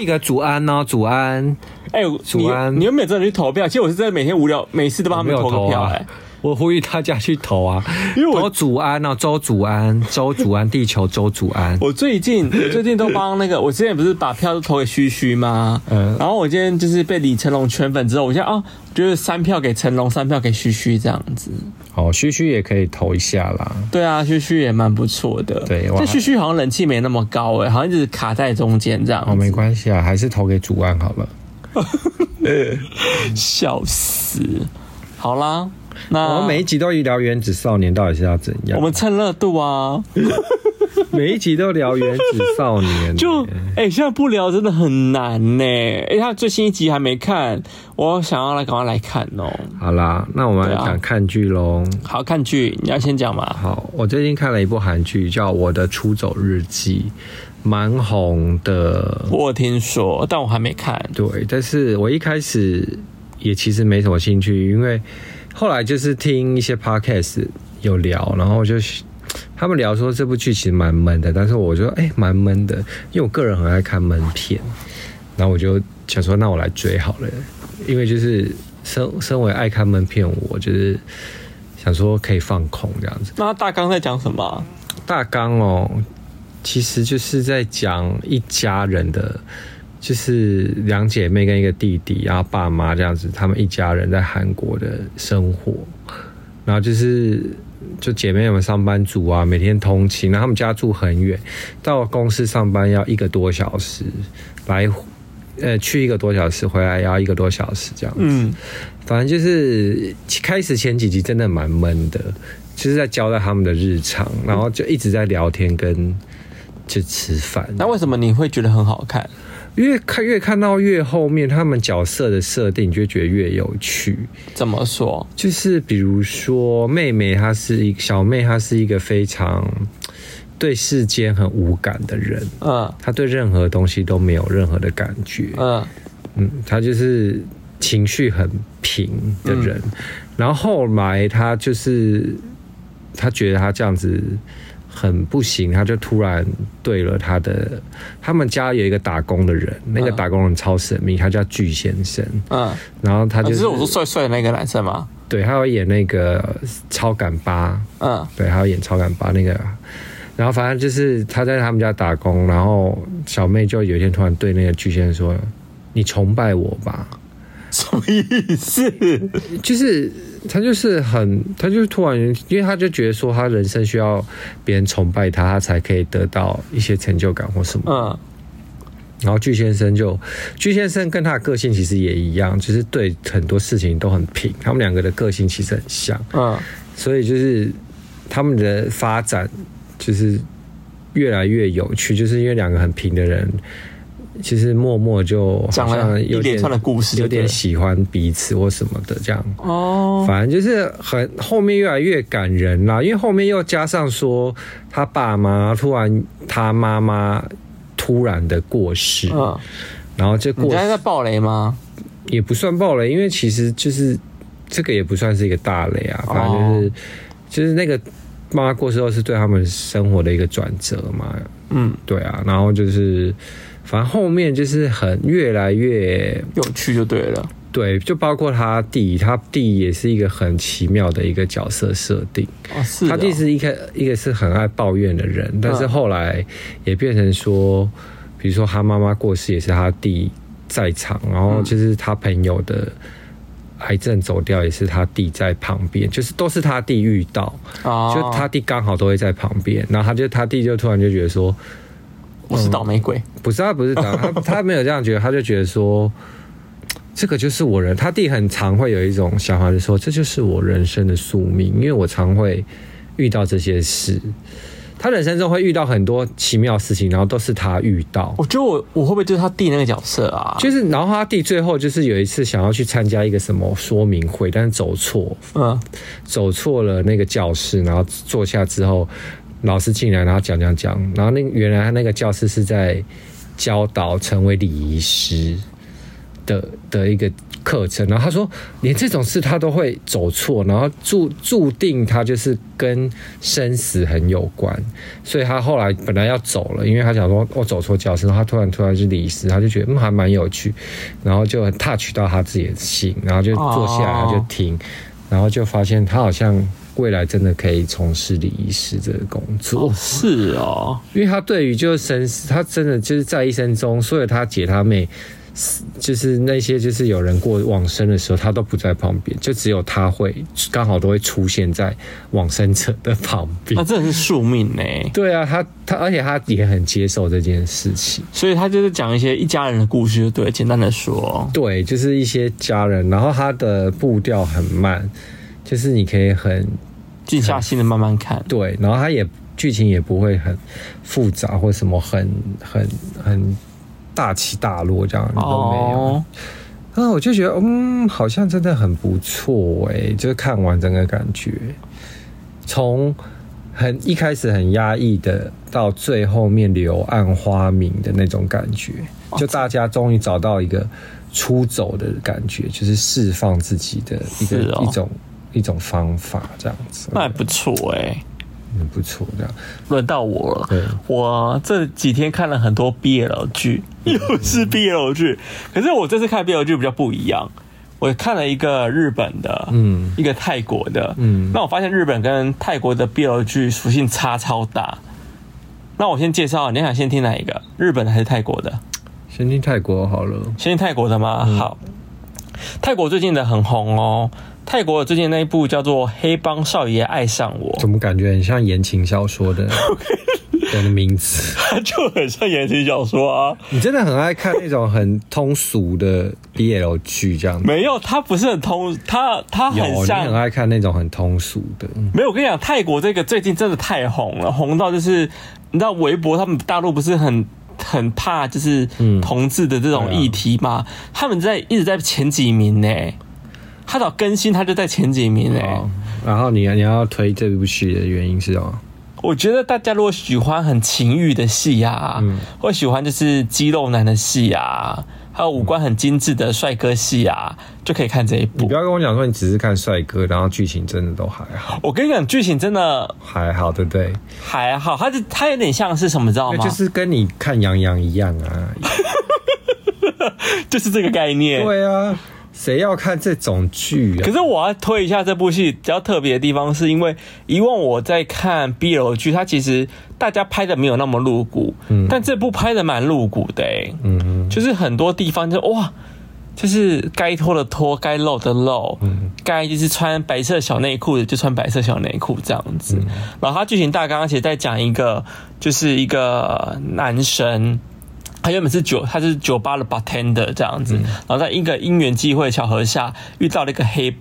[SPEAKER 3] 一个祖安哦，祖安，
[SPEAKER 1] 哎、你
[SPEAKER 3] 祖安
[SPEAKER 1] 你有没有真的去投票？其实我是真的每天无聊，每次都帮他
[SPEAKER 3] 没
[SPEAKER 1] 们
[SPEAKER 3] 有
[SPEAKER 1] 投个
[SPEAKER 3] 投
[SPEAKER 1] 票、
[SPEAKER 3] 啊。
[SPEAKER 1] 哎、
[SPEAKER 3] 我呼吁大家去投啊！
[SPEAKER 1] 因为我
[SPEAKER 3] 投祖安哦，周祖安，周祖安，地球周祖 安。
[SPEAKER 1] 我最近我最近都帮那个，我之前不是把票都投给虚虚吗？
[SPEAKER 3] 嗯
[SPEAKER 1] 然后我今天就是被李成龙圈粉之后，我现在啊，就是三票给成龙，三票给虚虚这样子。
[SPEAKER 3] 哦，虚虚也可以投一下啦。
[SPEAKER 1] 对啊，虚虚也蛮不错的。
[SPEAKER 3] 对哇
[SPEAKER 1] 但虚虚好像人气没那么高哎、好像一直卡在中间这样
[SPEAKER 3] 哦，没
[SPEAKER 1] 子。
[SPEAKER 3] 关系啊，还是投给祖安好了。
[SPEAKER 1] 笑死！好啦，
[SPEAKER 3] 我
[SPEAKER 1] 那
[SPEAKER 3] 们每一集都一聊原子少年到底是要怎样？
[SPEAKER 1] 我们蹭热度啊，
[SPEAKER 3] 每一集都聊原子少年，
[SPEAKER 1] 就
[SPEAKER 3] 嗯
[SPEAKER 1] 哎、现在不聊真的很难呢、哎、他最新一集还没看，我想要来赶快来看哦、
[SPEAKER 3] 好啦。那我们来
[SPEAKER 1] 对啊
[SPEAKER 3] 讲看剧喽。
[SPEAKER 1] 好看剧，你要先讲嘛。
[SPEAKER 3] 好，我最近看了一部韩剧，叫《我的出走日记》，蛮红的。
[SPEAKER 1] 我有听说，但我还没看。
[SPEAKER 3] 对，但是我一开始也其实没什么兴趣，因为后来就是听一些 podcast 有聊，然后就是他们聊说这部剧其实蛮闷的，但是我就哎蛮闷的，因为我个人很爱看闷片，然后我就想说那我来追好了，因为就是身身为爱看闷片，我就是想说可以放空这样子。
[SPEAKER 1] 那他大纲在讲什么啊？
[SPEAKER 3] 大纲哦，其实就是在讲一家人的，就是两姐妹跟一个弟弟，然后爸妈这样子，他们一家人在韩国的生活，然后就是就姐妹们上班族啊，每天通勤，然后他们家住很远，到公司上班要一个多小时，来呃去一个多小时，回来也要一个多小时这样子。
[SPEAKER 1] 嗯，
[SPEAKER 3] 反正就是开始前几集真的蛮闷的，就是在交代他们的日常，然后就一直在聊天跟就吃饭。
[SPEAKER 1] 那为什么你会觉得很好看？
[SPEAKER 3] 越看越看到越后面，他们角色的设定，你就觉得越有趣。
[SPEAKER 1] 怎么说？
[SPEAKER 3] 就是比如说，妹妹她是一小妹，她是一个非常对世间很无感的人，
[SPEAKER 1] 嗯
[SPEAKER 3] 她对任何东西都没有任何的感觉。
[SPEAKER 1] 嗯
[SPEAKER 3] 嗯，他就是情绪很平的人。
[SPEAKER 1] 嗯
[SPEAKER 3] 然后后来他就是他觉得他这样子很不行，他就突然对了他的他们家有一个打工的人，那个
[SPEAKER 1] 嗯
[SPEAKER 3] 打工人超神秘，他叫巨先生。
[SPEAKER 1] 嗯，
[SPEAKER 3] 然后他
[SPEAKER 1] 啊
[SPEAKER 3] 就、
[SPEAKER 1] 就是是我说帅帅的那个男生嘛。
[SPEAKER 3] 对，他要演那个超感八，
[SPEAKER 1] 嗯
[SPEAKER 3] 对，还有演超感八那个。然后反正就是他在他们家打工，然后小妹就有一天突然对那个巨先生说：“你崇拜我吧。”
[SPEAKER 1] 什么意思？
[SPEAKER 3] 就是他就是很，他就是突然，因为他就觉得说他人生需要别人崇拜他，他才可以得到一些成就感或什么。
[SPEAKER 1] 嗯
[SPEAKER 3] 然后巨先生就，巨先生跟他的个性其实也一样，就是对很多事情都很平，他们两个的个性其实很像，
[SPEAKER 1] 嗯
[SPEAKER 3] 所以就是他们的发展就是越来越有趣，就是因为两个很平的人。其实默默就
[SPEAKER 1] 讲
[SPEAKER 3] 好
[SPEAKER 1] 了
[SPEAKER 3] 像有
[SPEAKER 1] 一连
[SPEAKER 3] 点
[SPEAKER 1] 串的故事就
[SPEAKER 3] 有
[SPEAKER 1] 对了
[SPEAKER 3] 点喜欢彼此或什么的这样。
[SPEAKER 1] 哦，
[SPEAKER 3] 反正就是很后面越来越感人啦，因为后面又加上说他爸妈突然他妈妈突然的过世，
[SPEAKER 1] 嗯，
[SPEAKER 3] 然后这
[SPEAKER 1] 你
[SPEAKER 3] 过
[SPEAKER 1] 刚才在
[SPEAKER 3] 世
[SPEAKER 1] 爆雷吗？
[SPEAKER 3] 也不算暴雷，因为其实就是这个也不算是一个大雷啊，
[SPEAKER 1] 哦
[SPEAKER 3] 反正就是、就是那个妈妈过世后是对他们生活的一个转折嘛，
[SPEAKER 1] 嗯，
[SPEAKER 3] 对啊，然后就是反正后面就是很越来越
[SPEAKER 1] 有趣就对了。
[SPEAKER 3] 对，就包括他弟，他弟也是一个很奇妙的一个角色设定。
[SPEAKER 1] 哦，是哦嗯
[SPEAKER 3] 他弟是一个一个是很爱抱怨的人，但是后来也变成说，比如说他妈妈过世也是他弟在场，然后就是他朋友的癌症走掉也是他弟在旁边，就是都是他弟遇到，
[SPEAKER 1] 哦，
[SPEAKER 3] 就他弟刚好都会在旁边，然后他就他弟就突然就觉得说，
[SPEAKER 1] 我是倒霉鬼。嗯
[SPEAKER 3] 不是他不是打他他没有这样觉得，他就觉得说。这个就是我人，他弟很常会有一种想法，就说这就是我人生的宿命，因为我常会遇到这些事。他人生中会遇到很多奇妙的事情，然后都是他遇到。
[SPEAKER 1] 我觉得我我会不会就是他弟那个角色啊？
[SPEAKER 3] 就是，然后他弟最后就是有一次想要去参加一个什么说明会，但是走错，
[SPEAKER 1] 嗯，
[SPEAKER 3] 走错了那个教室，然后坐下之后，老师进来，然后讲讲讲，然后那原来他那个教室是在教导成为礼仪师的的一个课程，然后他说连这种事他都会走错，然后注注定他就是跟生死很有关，所以他后来本来要走了，因为他想说哦我、走错教室，然后他突然突然是礼仪师，他就觉得嗯还蛮有趣，然后就很 touch 到他自己的心，然后就坐下来
[SPEAKER 1] 哦
[SPEAKER 3] 他就停，然后就发现他好像未来真的可以从事礼仪师这个工作。
[SPEAKER 1] 哦是哦，
[SPEAKER 3] 因为他对于就是生死，他真的就是在一生中，所有他姐他妹，死就是那些就是有人过往生的时候，他都不在旁边，就只有他会刚好都会出现在往生者的旁
[SPEAKER 1] 那
[SPEAKER 3] 边。
[SPEAKER 1] 真的是宿命呢、
[SPEAKER 3] 对啊，他他而且他也很接受这件事情。
[SPEAKER 1] 所以他就是讲一些一家人的故事，就对了，简单的说，
[SPEAKER 3] 对，就是一些家人，然后他的步调很慢，就是你可以很
[SPEAKER 1] 静下心的慢慢看。
[SPEAKER 3] 对，然后它也剧情也不会很复杂或什么很很很大起大落这样都没有。
[SPEAKER 1] 哦，
[SPEAKER 3] 啊，我就觉得嗯，好像真的很不错哎、就是看完整个感觉，从很一开始很压抑的，到最后面柳暗花明的那种感觉，
[SPEAKER 1] 哦
[SPEAKER 3] 就大家终于找到一个出走的感觉，就是释放自己的一
[SPEAKER 1] 是
[SPEAKER 3] 个、
[SPEAKER 1] 哦
[SPEAKER 3] 一种一种方法这样子，
[SPEAKER 1] 那还不错哎、
[SPEAKER 3] 很不错这样。
[SPEAKER 1] 轮到我了。
[SPEAKER 3] 对
[SPEAKER 1] 我这几天看了很多 BL 剧，
[SPEAKER 3] 嗯
[SPEAKER 1] 又是 BL 剧。可是我这次看 BL 剧比较不一样，我看了一个日本的，
[SPEAKER 3] 嗯
[SPEAKER 1] 一个泰国的，
[SPEAKER 3] 嗯
[SPEAKER 1] 那我发现日本跟泰国的 BL 剧属性差超大。那我先介绍，你想先听哪一个？日本的还是泰国的？
[SPEAKER 3] 先去泰国好了，
[SPEAKER 1] 先听泰国的吗？
[SPEAKER 3] 嗯
[SPEAKER 1] 好，泰国最近的很红哦。泰国最近那一部叫做《黑帮少爷爱上我》，
[SPEAKER 3] 怎么感觉很像言情小说的的名字？
[SPEAKER 1] 它 就很像言情小说啊。
[SPEAKER 3] 你真的很爱看那种很通俗的 BL 剧，这样子。
[SPEAKER 1] 没有，它不是很通，它它
[SPEAKER 3] 有，
[SPEAKER 1] 很
[SPEAKER 3] 你
[SPEAKER 1] 像
[SPEAKER 3] 很爱看那种很通俗的。
[SPEAKER 1] 没有，我跟你讲，泰国这个最近真的太红了，红到就是你知道微博他们大陆不是很很怕就是
[SPEAKER 3] 嗯
[SPEAKER 1] 同志的这
[SPEAKER 3] 啊
[SPEAKER 1] 种议题吗？他们在一直在前几名呢、他早更新他就在前几名呢、
[SPEAKER 3] 哦，然后你你要推这部剧的原因是什么？
[SPEAKER 1] 我觉得大家如果喜欢很情欲的戏啊，
[SPEAKER 3] 嗯
[SPEAKER 1] 或喜欢就是肌肉男的戏啊，还有五官很精致的帅哥戏啊，就可以看这一
[SPEAKER 3] 你
[SPEAKER 1] 部
[SPEAKER 3] 不。要跟我讲说你只是看帅哥，然后剧情真的都还好，
[SPEAKER 1] 我跟你讲，剧情真的
[SPEAKER 3] 还好，对不对？
[SPEAKER 1] 还好，它就它有点像是什么，你知道
[SPEAKER 3] 那
[SPEAKER 1] 吗？
[SPEAKER 3] 就是跟你看杨洋一样啊。
[SPEAKER 1] 就是这个概念。
[SPEAKER 3] 对啊，谁要看这种剧啊
[SPEAKER 1] 可？是我要推一下这部戏比较特别的地方，是因为以往我在看 BL 剧，它其实大家拍的没有那么露骨，但这部拍的蛮露骨的、欸，
[SPEAKER 3] 嗯
[SPEAKER 1] 就是很多地方就哇，就是该脱的脱，该露的露，该就是穿白色小内裤的就穿白色小内裤这样子。然后它剧情大纲其实在讲一个，就是一个呃男生。他原本是酒，他是酒吧的 bartender 这样子，然后在一个因缘际会巧合下遇到了一个黑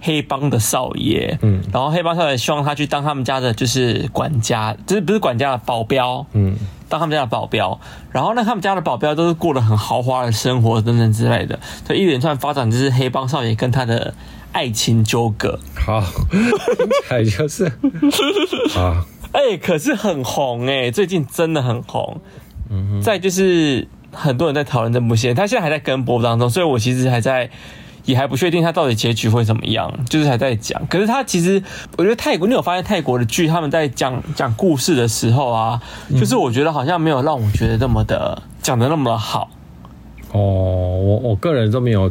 [SPEAKER 1] 黑帮的少爷，嗯，然后黑帮少爷希望他去当他们家的就是管家，就是不是管家的保镖，嗯，当他们家的保镖，然后呢，他们家的保镖都是过得很豪华的生活等等之类的，所以一连串发展就是黑帮少爷跟他的爱情纠葛，
[SPEAKER 3] 好，听起来就是啊，
[SPEAKER 1] 哎、可是很红哎、最近真的很红。嗯，再就是很多人在讨论这部戏，他现在还在跟播当中，所以我其实还在。也还不确定他到底结局会怎么样，就是还在讲。可是他其实，我觉得泰国，你有发现泰国的剧他们在讲讲故事的时候啊，
[SPEAKER 3] 嗯
[SPEAKER 1] 就是我觉得好像没有让我觉得那么的讲的那么的好。
[SPEAKER 3] 哦，我我个人都没有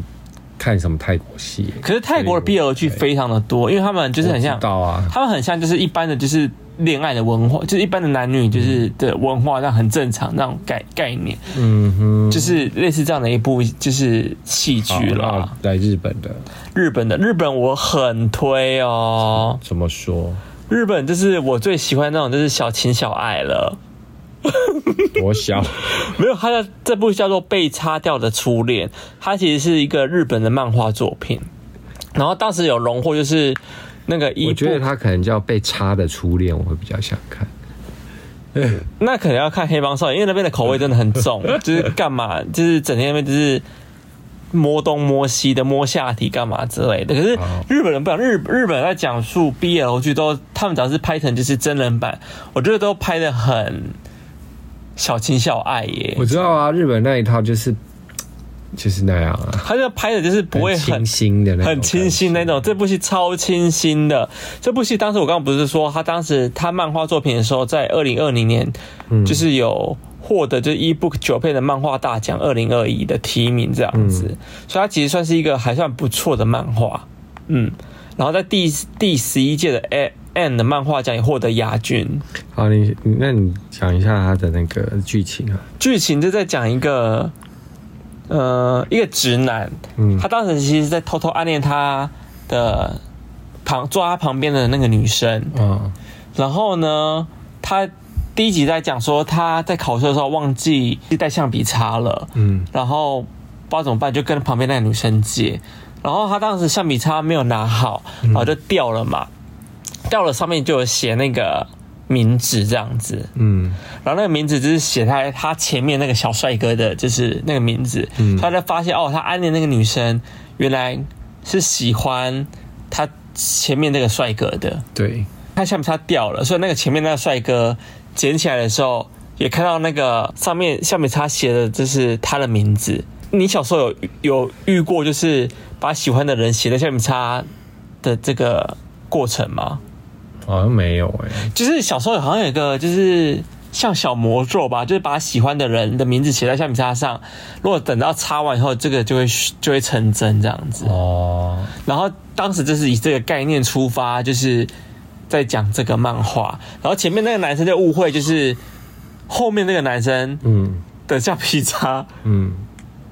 [SPEAKER 3] 看什么泰国戏耶，
[SPEAKER 1] 可是泰国的 BL 剧非常的多，因为他们就是很
[SPEAKER 3] 我
[SPEAKER 1] 像
[SPEAKER 3] 知，道啊，
[SPEAKER 1] 他们很像就是一般的就是恋爱的文化，就是一般的男女就是
[SPEAKER 4] 嗯
[SPEAKER 1] 的文化，那很正常那种概概念，
[SPEAKER 3] 嗯哼，
[SPEAKER 1] 就是类似这样的一部就是戏剧
[SPEAKER 3] 好
[SPEAKER 4] 哦
[SPEAKER 1] 啦。
[SPEAKER 3] 那来日本的
[SPEAKER 1] 日本的日本我很推哦，
[SPEAKER 3] 怎么说？
[SPEAKER 1] 日本就是我最喜欢那种就是小情小爱了。
[SPEAKER 3] 多小，
[SPEAKER 1] 没有，他的这部叫做《被擦掉的初恋》，它其实是一个日本的漫画作品。然后当时有荣获就是那个一
[SPEAKER 4] 我觉
[SPEAKER 1] 部
[SPEAKER 4] 得，他可能叫被插的初恋，我会比较想看。
[SPEAKER 1] 那可能要看黑帮少年，因为那边的口味真的很重，就是干嘛，就是整天那边就是摸东摸西的摸下体干嘛之类的。可是日本人不讲，日日本人在讲述 BL 剧都，他们只要是拍成就是真人版，我觉得都拍的很小情小爱耶
[SPEAKER 4] 我。知道啊，日本那一套就是就是那样啊，
[SPEAKER 1] 他就拍的就是不会很
[SPEAKER 4] 清新的那种
[SPEAKER 1] 很清新那种。这部戏超清新的。这部戏当时我刚刚不是说，他当时他漫画作品的时候，在二零二零年，
[SPEAKER 4] 嗯
[SPEAKER 1] 就是有获得就是 ebook 九配的漫画大奖二零二一的提名这样子，
[SPEAKER 4] 嗯
[SPEAKER 1] 所以它其实算是一个还算不错的漫画。嗯，然后在第第十一届的 A。N 的漫画奖也获得亚军，
[SPEAKER 4] 感觉。好，你你那你讲一下他的那个剧情啊，
[SPEAKER 1] 剧情就在讲一个，呃，一个直男，
[SPEAKER 4] 嗯
[SPEAKER 1] 他当时其实在偷偷暗恋他的旁坐他旁边的那个女生，
[SPEAKER 4] 啊，
[SPEAKER 1] 然后呢，他第一集在讲说他在考试的时候忘记带橡皮擦了，
[SPEAKER 4] 嗯
[SPEAKER 1] 然后不知道怎么办，就跟旁边那个女生借。然后他当时橡皮擦没有拿好，
[SPEAKER 4] 嗯
[SPEAKER 1] 然后就掉了嘛，掉了上面就有写那个名字这样子，
[SPEAKER 4] 嗯
[SPEAKER 1] 然后那个名字就是写在他前面那个小帅哥的，就是那个名字，所以他才发现哦，他暗恋那个女生原来是喜欢他前面那个帅哥的，
[SPEAKER 4] 对，
[SPEAKER 1] 他橡皮擦掉了，所以那个前面那个帅哥捡起来的时候，也看到那个上面橡皮擦写的就是他的名字。你小时候有有遇过就是把喜欢的人写在橡皮擦的这个过程吗？
[SPEAKER 4] 好像没有哎，
[SPEAKER 1] 就是小时候好像有一个就是像小魔咒吧，就是把喜欢的人的名字写在橡皮擦上，如果等到擦完以后，这个就会就会成真这样子。
[SPEAKER 4] 哦，
[SPEAKER 1] 然后当时就是以这个概念出发，就是在讲这个漫画。然后前面那个男生就误会，就是后面那个男生
[SPEAKER 4] 嗯
[SPEAKER 1] 的橡皮擦
[SPEAKER 4] 嗯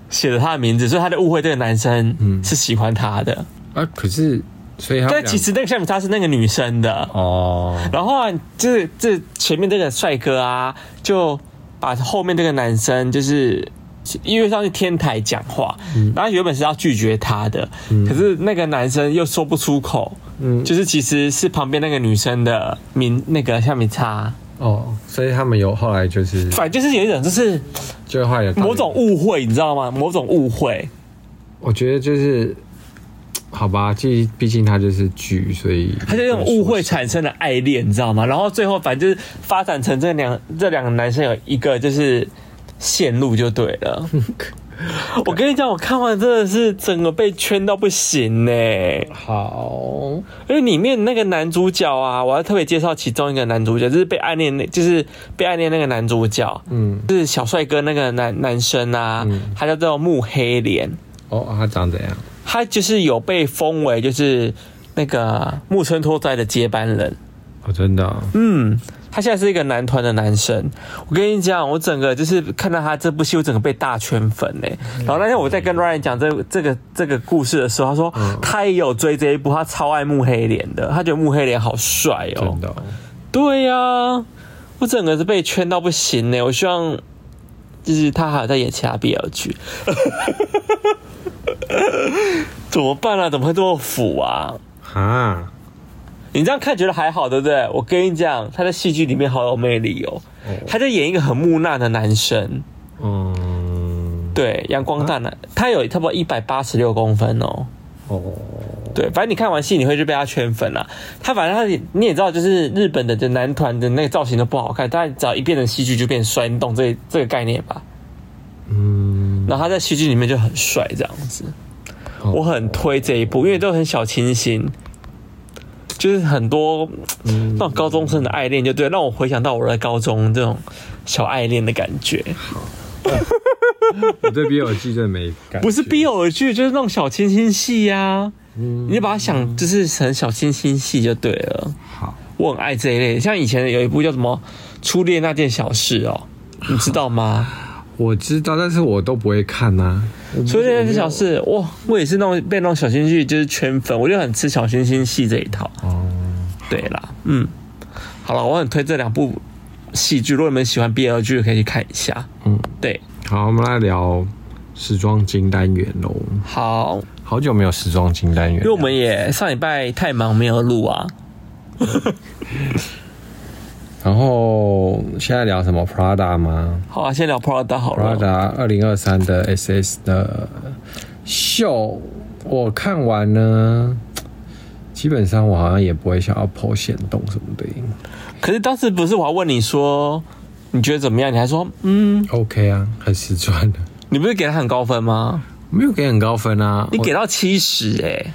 [SPEAKER 1] 写了他的名字，所以他就误会这个男生是喜欢他的。
[SPEAKER 3] 嗯
[SPEAKER 4] 啊，可是所以他们
[SPEAKER 1] 但
[SPEAKER 4] 俩
[SPEAKER 1] 其实那个橡皮擦是那个女生的。
[SPEAKER 4] 哦，
[SPEAKER 1] 然后啊，这这前面这个帅哥啊，就把后面这个男生就是。因为上去天台讲话，然后原本是要拒绝他的，可是那个男生又说不出口，
[SPEAKER 4] 嗯
[SPEAKER 1] 就是其实是旁边那个女生的名那个橡皮擦，
[SPEAKER 4] 哦，所以他们有后来就是
[SPEAKER 1] 反正就是有一种就是
[SPEAKER 4] 就后来有
[SPEAKER 1] 某种误会，你知道吗？某种误会，
[SPEAKER 4] 我觉得就是，好吧，毕毕竟它就是剧，所以
[SPEAKER 1] 他就用误会产生了爱恋，你知道吗？然后最后反正就是发展成这两这两个男生有一个就是线路就对了。我跟你讲，我看完真的是整个被圈到不行呢、
[SPEAKER 4] 好，
[SPEAKER 1] 因为里面那个男主角啊，我要特别介绍其中一个男主角，就是被暗恋那，就是被暗恋那个男主角，
[SPEAKER 4] 嗯，
[SPEAKER 1] 就是小帅哥那个男男生啊，他叫做木黑莲，
[SPEAKER 4] 哦，它长怎样？
[SPEAKER 1] 他就是有被封为就是那个木村拓哉的接班人。
[SPEAKER 4] 哦，真的啊、
[SPEAKER 1] 嗯，他现在是一个男团的男生。我跟你讲，我整个就是看到他这部戏，我整个被大圈粉哎、然后那天我在跟 Ryan 讲这这个这个故事的时候，他说他也有追这一部，他超爱木黑莲的，他觉得木黑莲好帅哦、
[SPEAKER 4] 真的哦、
[SPEAKER 1] 对呀、我整个是被圈到不行呢、我希望就是他还有在演其他 BL 剧，怎么办啊？怎么会这么腐啊？
[SPEAKER 4] 哈，
[SPEAKER 1] 你这样看觉得还好，对不对？我跟你讲，他在戏剧里面好有魅力哦。他在演一个很木讷的男生，
[SPEAKER 4] 嗯，
[SPEAKER 1] 对，阳光大男，他有差不多一百八十六公分哦。
[SPEAKER 4] 哦，
[SPEAKER 1] 对，反正你看完戏，你会就被他圈粉了。他反正他也你也知道，就是日本的这男团的那个造型都不好看，但只要一变成戏剧就变帅，你懂这这个概念吧？
[SPEAKER 4] 嗯，
[SPEAKER 1] 然后他在戏剧里面就很帅这样子，
[SPEAKER 4] 哦
[SPEAKER 1] 我很推这一部，因为都很小清新，就是很多那种高中生的爱恋，就对，让我回想到我的高中这种小爱恋的感觉，
[SPEAKER 4] 我对 BL 剧真的没感觉，
[SPEAKER 1] 不是 BL 剧，就是那种小清新戏呀、你就把它想就是很小清新戏就对了。
[SPEAKER 4] 好，
[SPEAKER 1] 我很爱这一类，像以前有一部叫什么《初恋那件小事》哦，你知道吗？
[SPEAKER 4] 我知道，但是我都不会看啊呐、我不
[SPEAKER 1] 所以那件小事，哇，我也是那种被那种小清新戏就是圈粉，我就很吃小清新戏这一套。
[SPEAKER 4] 哦，
[SPEAKER 1] 对啦，嗯，好了，我很推这两部戏剧，如果你们喜欢 BL 剧，可以去看一下。嗯，对，
[SPEAKER 4] 好，我们来聊时装金单元喽。
[SPEAKER 1] 好，
[SPEAKER 3] 好久没有时装金单元了，
[SPEAKER 1] 因为我们也上礼拜太忙没有录啊，
[SPEAKER 3] 然后现在聊什么 Prada 吗
[SPEAKER 1] 好啊，先聊 Prada 好了。
[SPEAKER 3] ？Prada 二零二三的 SS 的秀，我看完呢，基本上我好像也不会想要剖显动什么的。
[SPEAKER 1] 可是当时不是我还问你说你觉得怎么样？你还说嗯，
[SPEAKER 3] OK 啊，很实穿的，
[SPEAKER 1] 你不是给他很高分吗？
[SPEAKER 3] 没有给很高分啊。
[SPEAKER 1] 你
[SPEAKER 3] 我
[SPEAKER 1] 给到七十哎，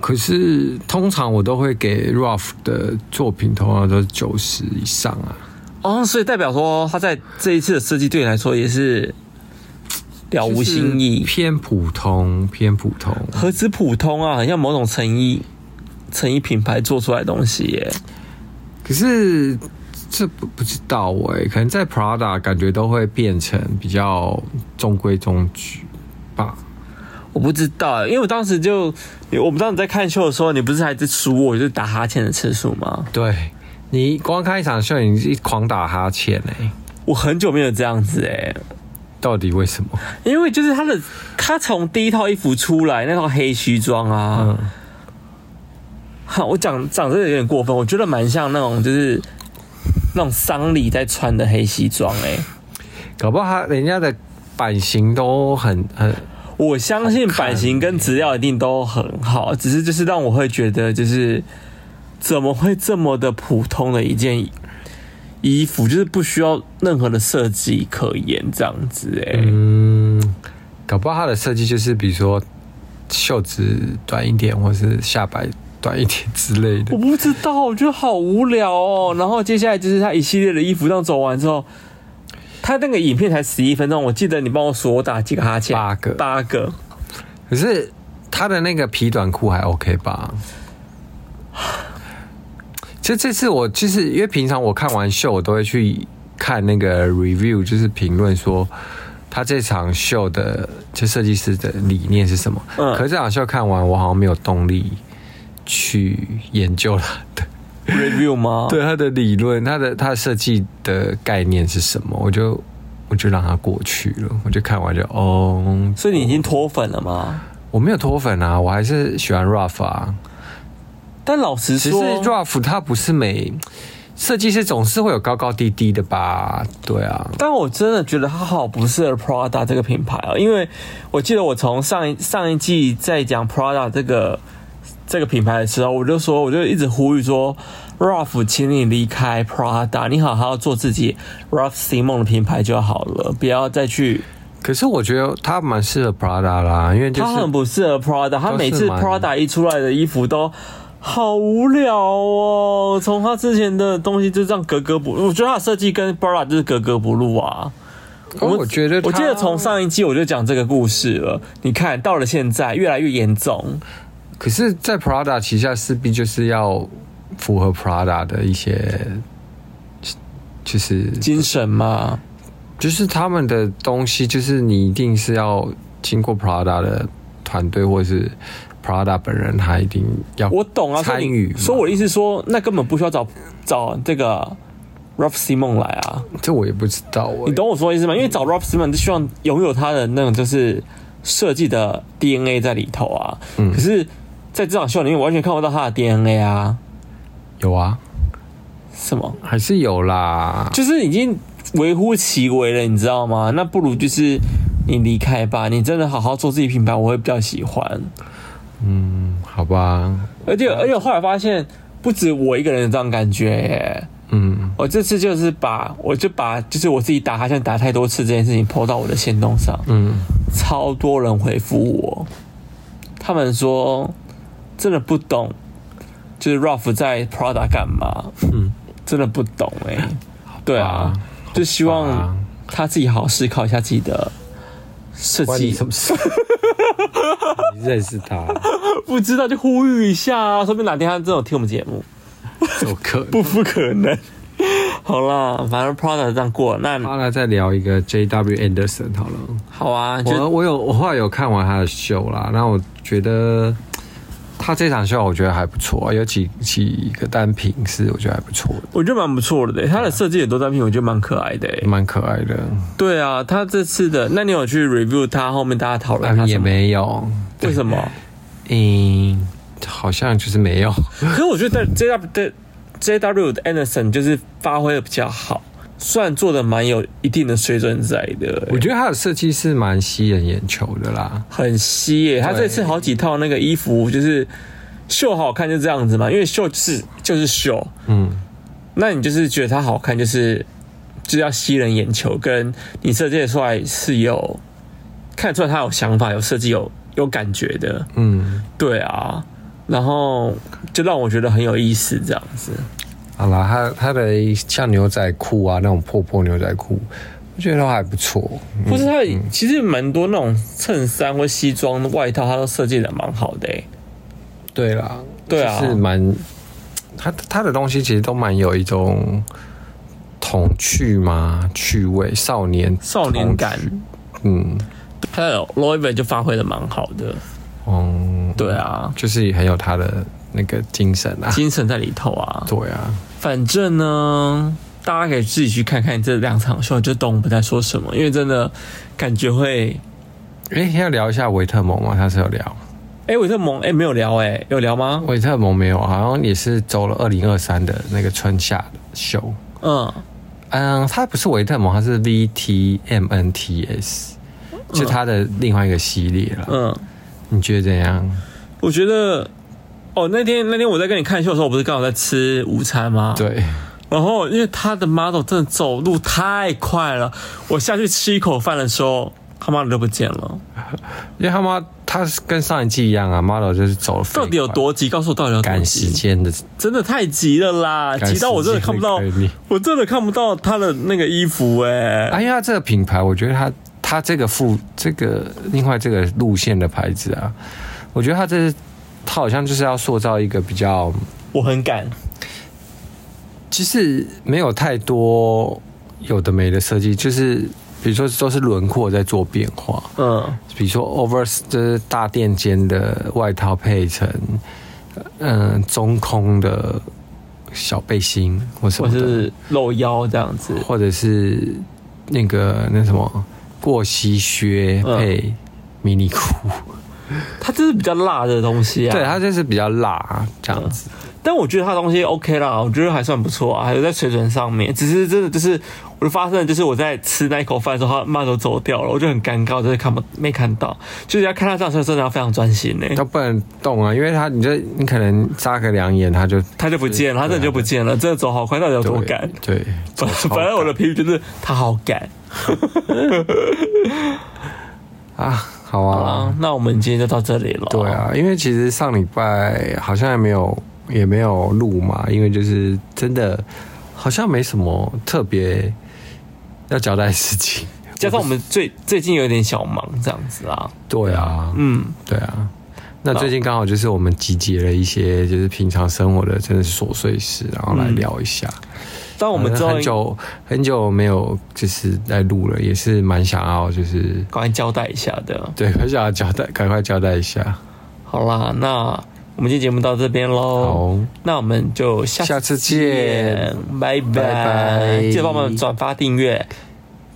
[SPEAKER 3] 可是通常我都会给 Ralph 的作品，通常都是九十以上啊。
[SPEAKER 1] 哦，所以代表说他在这一次的设计对你来说也是了哦无新意
[SPEAKER 3] 就是，偏普通，偏普通。
[SPEAKER 1] 何止普通啊，很像某种成衣成衣品牌做出来的东西耶。
[SPEAKER 3] 可是这不不知道哎、可能在 Prada 感觉都会变成比较中规中矩吧。
[SPEAKER 1] 我不知道，因为我当时就，我们当时在看秀的时候，你不是还在数我就是打哈欠的次数吗？
[SPEAKER 3] 对你光看一场秀，你一狂打哈欠哎、
[SPEAKER 1] 我很久没有这样子哎、
[SPEAKER 3] 到底为什么？
[SPEAKER 1] 因为就是他的，他从第一套衣服出来那套黑西装啊，哈、我讲讲这个有点过分，我觉得蛮像那种就是那种丧礼在穿的黑西装哎、
[SPEAKER 3] 搞不好他人家的版型都很很
[SPEAKER 1] 我相信版型跟质量一定都很好，只是就是让我会觉得就是怎么会这么的普通的一件衣服，就是不需要任何的设计可言这样子哎、
[SPEAKER 3] 嗯，搞不好他的设计就是比如说袖子短一点，或是下摆短一点之类的
[SPEAKER 1] 我。不知道，我觉得好无聊哦。然后接下来就是他一系列的衣服这样走完之后，他那个影片才十一分钟，我记得你帮我数我打几个哈欠，
[SPEAKER 3] 八个
[SPEAKER 1] 八个。
[SPEAKER 3] 可是他的那个皮短裤还 OK 吧？这这次我其实因为平常我看完秀，我都会去看那个 review，就是评论说他这场秀的就设计师的理念是什么。
[SPEAKER 1] 嗯
[SPEAKER 3] 可是这场秀看完，我好像没有动力去研究他的
[SPEAKER 1] review 吗？
[SPEAKER 3] 对他的理论，他的他的设计的概念是什么，我就我就让他过去了，我就看完就哦，
[SPEAKER 1] 所以你已经脱粉了吗？
[SPEAKER 3] 我没有脱粉啊，我还是喜欢 Ruff 啊。
[SPEAKER 1] 但老实
[SPEAKER 3] 其实
[SPEAKER 1] 说，
[SPEAKER 3] Ruff 它不是每设计师总是会有高高低低的吧？对啊，
[SPEAKER 1] 但我真的觉得它好不适合 Prada 这个品牌啊，因为我记得我从上一上一季在讲 Prada 这个这个品牌的时候，我就说，我就一直呼吁说，Ralph，请你离开 Prada，你好好做自己 Ralph Simon 的品牌就好了，不要再去。
[SPEAKER 3] 可是我觉得它蛮适合 Prada 啦，因为就
[SPEAKER 1] 它很
[SPEAKER 3] 是
[SPEAKER 1] 不适合 Prada，它
[SPEAKER 3] 都是
[SPEAKER 1] 每次
[SPEAKER 3] 蛮
[SPEAKER 1] Prada 一出来的衣服都。好无聊哦！从它之前的东西就这样格格不入，我觉得它的设计跟 Prada 就是格格不入啊。
[SPEAKER 3] 我我觉得它
[SPEAKER 1] 我记得从，上一季我就讲这个故事了。你看到了现在越来越严重，
[SPEAKER 3] 可是，在 Prada 旗下势必就是要符合 Prada 的一些，就是
[SPEAKER 1] 精神嘛，
[SPEAKER 3] 就是他们的东西，就是你一定是要经过 Prada 的团队，或是 Prada 本人，他一定要
[SPEAKER 1] 我懂啊。所以
[SPEAKER 3] 参
[SPEAKER 1] 你
[SPEAKER 3] 与嘛。
[SPEAKER 1] 所以我的意思说，那根本不需要找找这个 Ralph Simon 来啊，
[SPEAKER 3] 这我也不知道、欸，
[SPEAKER 1] 你懂我说的意思吗？因为找 Ralph Simon 就希望拥有他的那种就是设计的 DNA 在里头啊。
[SPEAKER 3] 嗯
[SPEAKER 1] 可是在这场秀里面，我完全看不到他的 DNA 啊。
[SPEAKER 3] 有啊，
[SPEAKER 1] 什么？
[SPEAKER 3] 还是有啦。
[SPEAKER 1] 就是已经微乎其微了，你知道吗？那不如就是你离开吧，你真的好好做自己品牌，我会比较喜欢。
[SPEAKER 3] 嗯好吧，
[SPEAKER 1] 而且而且我后来发现，不止我一个人有这样感觉耶。
[SPEAKER 3] 嗯，
[SPEAKER 1] 我这次就是把我就把就是我自己打哈欠打太多次这件事情抛到我的行动上，嗯，超多人回复我，他们说真的不懂，就是 Ralph 在 Prada 干嘛？嗯，真的不懂哎、对啊，就希望他自己好好思考一下自己的设
[SPEAKER 3] 关你
[SPEAKER 1] 计
[SPEAKER 3] 什，么事？ 你认识他？
[SPEAKER 1] 不知道就呼吁一下啊，说不定哪天他真的有听我们节目，
[SPEAKER 3] 有可能。
[SPEAKER 1] 不不可能。好啦，反正 Prada 这样过了，那
[SPEAKER 3] 好了，再聊一个 J W Anderson 好了。
[SPEAKER 1] 好啊，就
[SPEAKER 3] 我我有我后来有看完他的秀啦，那我觉得他这场秀我觉得还不错，有几几个单品是我觉得还不错的，
[SPEAKER 1] 我觉得蛮不错的、欸，它的设计也多单品，我觉得蛮可爱的、欸。
[SPEAKER 3] 蛮可爱的。
[SPEAKER 1] 对啊，它这次的，那你有去 review 它后面大家讨论它
[SPEAKER 3] 但也
[SPEAKER 1] 什么？
[SPEAKER 3] 没有，
[SPEAKER 1] 为什么？
[SPEAKER 3] 嗯，好像就是没有。
[SPEAKER 1] 可是我觉得 J W 的 J W 的 Anderson 就是发挥的比较好，虽然做的蛮有一定的水准在的、
[SPEAKER 3] 我觉得他的设计是蛮吸人眼球的啦。
[SPEAKER 1] 很吸耶、他这次好几套那个衣服就是秀好看就这样子嘛，因为秀是就是秀，
[SPEAKER 3] 嗯，
[SPEAKER 1] 那你就是觉得它好看，就是就是要吸人眼球，跟你设计得出来是有看得出来他有想法、有设计、有有感觉的，
[SPEAKER 3] 嗯，
[SPEAKER 1] 对啊。然后就让我觉得很有意思，这样子。
[SPEAKER 3] 嗯好啦，啊他他的像牛仔裤啊那种破破牛仔裤，我觉得都还不错。嗯
[SPEAKER 1] 或是他其实蛮多那种衬衫或西装的外套，他都设计的蛮好的、欸。
[SPEAKER 3] 对啦，
[SPEAKER 1] 对啊
[SPEAKER 3] 就是蛮他他的东西其实都蛮有一种童趣嘛，趣味少年
[SPEAKER 1] 少年感
[SPEAKER 3] 童趣，嗯
[SPEAKER 1] 还有 l o u i v 就发挥的蛮好的。
[SPEAKER 3] 嗯，
[SPEAKER 1] 对啊，
[SPEAKER 3] 就是很有他的那个精神啊。
[SPEAKER 1] 精神在里头啊。
[SPEAKER 3] 对啊，
[SPEAKER 1] 反正呢，大家可以自己去看看这两场秀，就懂我们在说什么，因为真的感觉会。
[SPEAKER 3] 哎、要聊一下维特蒙吗？他是有聊，
[SPEAKER 1] 哎、韦特蒙，哎、没有聊、哎，有聊吗？
[SPEAKER 3] 维特蒙没有，好像也是走了二零二三的那个春夏的秀。
[SPEAKER 1] 嗯，
[SPEAKER 3] 嗯，它不是维特蒙，它是 VTMNTS，就它的另外一个系列了。
[SPEAKER 1] 嗯，
[SPEAKER 3] 你觉得怎样？
[SPEAKER 1] 我觉得，哦，那天那天我在跟你看秀的时候，我不是刚好在吃午餐吗？。
[SPEAKER 3] 对，
[SPEAKER 1] 然后因为他的 model 真的走路太快了，我下去吃一口饭的时候，他妈的都不见了。
[SPEAKER 3] 因为他妈他是跟上一季一样啊，model 就是走了飞快，
[SPEAKER 1] 到底有多急？告诉我到底有多
[SPEAKER 3] 赶时
[SPEAKER 1] 急？
[SPEAKER 3] 间的？
[SPEAKER 1] 真的太急了啦，
[SPEAKER 3] 赶时
[SPEAKER 1] 急到我真的看不到
[SPEAKER 3] 间的概念，
[SPEAKER 1] 我真的看不到他的那个衣服哎、
[SPEAKER 3] 啊，因为它这个品牌，我觉得它它这个副这个另外这个路线的牌子啊，我觉得它这是它好像就是要塑造一个比较，
[SPEAKER 1] 我很赶，
[SPEAKER 3] 其实没有太多有的没的设计，就是比如说都是轮廓在做变化，
[SPEAKER 1] 嗯，
[SPEAKER 3] 比如说 over 就是大垫肩的外套配成，嗯、中空的小背心或什
[SPEAKER 1] 或
[SPEAKER 3] 么的，
[SPEAKER 1] 是露腰这样子，
[SPEAKER 3] 或者是那个那什么过膝靴
[SPEAKER 1] 嗯
[SPEAKER 3] 配迷你裤，
[SPEAKER 1] 它这是比较辣的东西啊。
[SPEAKER 3] 对，它就是比较辣这样子。
[SPEAKER 1] 但我觉得它东西 OK 啦，我觉得还算不错啊，还有在水准上面。只是真的就是我就发生，就是我在吃那一口饭的时候，他慢都走掉了，我就很尴尬，就是看不没看到，就是要看他这样的时候真的要非常专心呢、
[SPEAKER 3] 它不能动啊，因为它你就你可能眨个两眼，它就
[SPEAKER 1] 他就不见了，他真的就不见了，真的走好快，到底有多赶？
[SPEAKER 3] 对，
[SPEAKER 1] 反
[SPEAKER 3] 对
[SPEAKER 1] 反正我的评语就是他好赶。
[SPEAKER 3] 啊，好
[SPEAKER 1] 好
[SPEAKER 3] 啊，
[SPEAKER 1] 啦，那我们今天就到这里了。
[SPEAKER 3] 对，啊，因为其实上礼拜好像也没有也没有录嘛，因为就是真的好像没什么特别要交代的事情。
[SPEAKER 1] 加上我们最最近有点小忙这样子啊，
[SPEAKER 3] 对啊，
[SPEAKER 1] 嗯。
[SPEAKER 3] 对啊。那最近刚好就是我们集结了一些就是平常生活的真的是琐碎事，然后来聊一下。
[SPEAKER 1] 但我
[SPEAKER 3] 我
[SPEAKER 1] 们之后
[SPEAKER 3] 很久很久没有就是来录了，也是蛮想要就是
[SPEAKER 1] 赶快交代一下的。
[SPEAKER 3] 对， 很想要交代，赶快交代一下。
[SPEAKER 1] 好啦，那我们今天节目到这边喽。
[SPEAKER 3] 好，
[SPEAKER 1] 那我们就下
[SPEAKER 3] 哦下次见，
[SPEAKER 1] 拜拜。
[SPEAKER 3] 拜拜
[SPEAKER 1] 记得帮我们转发、订阅、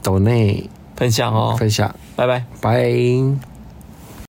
[SPEAKER 3] 抖内
[SPEAKER 1] 分享哦。
[SPEAKER 3] 分享，
[SPEAKER 1] 拜拜。
[SPEAKER 3] 拜。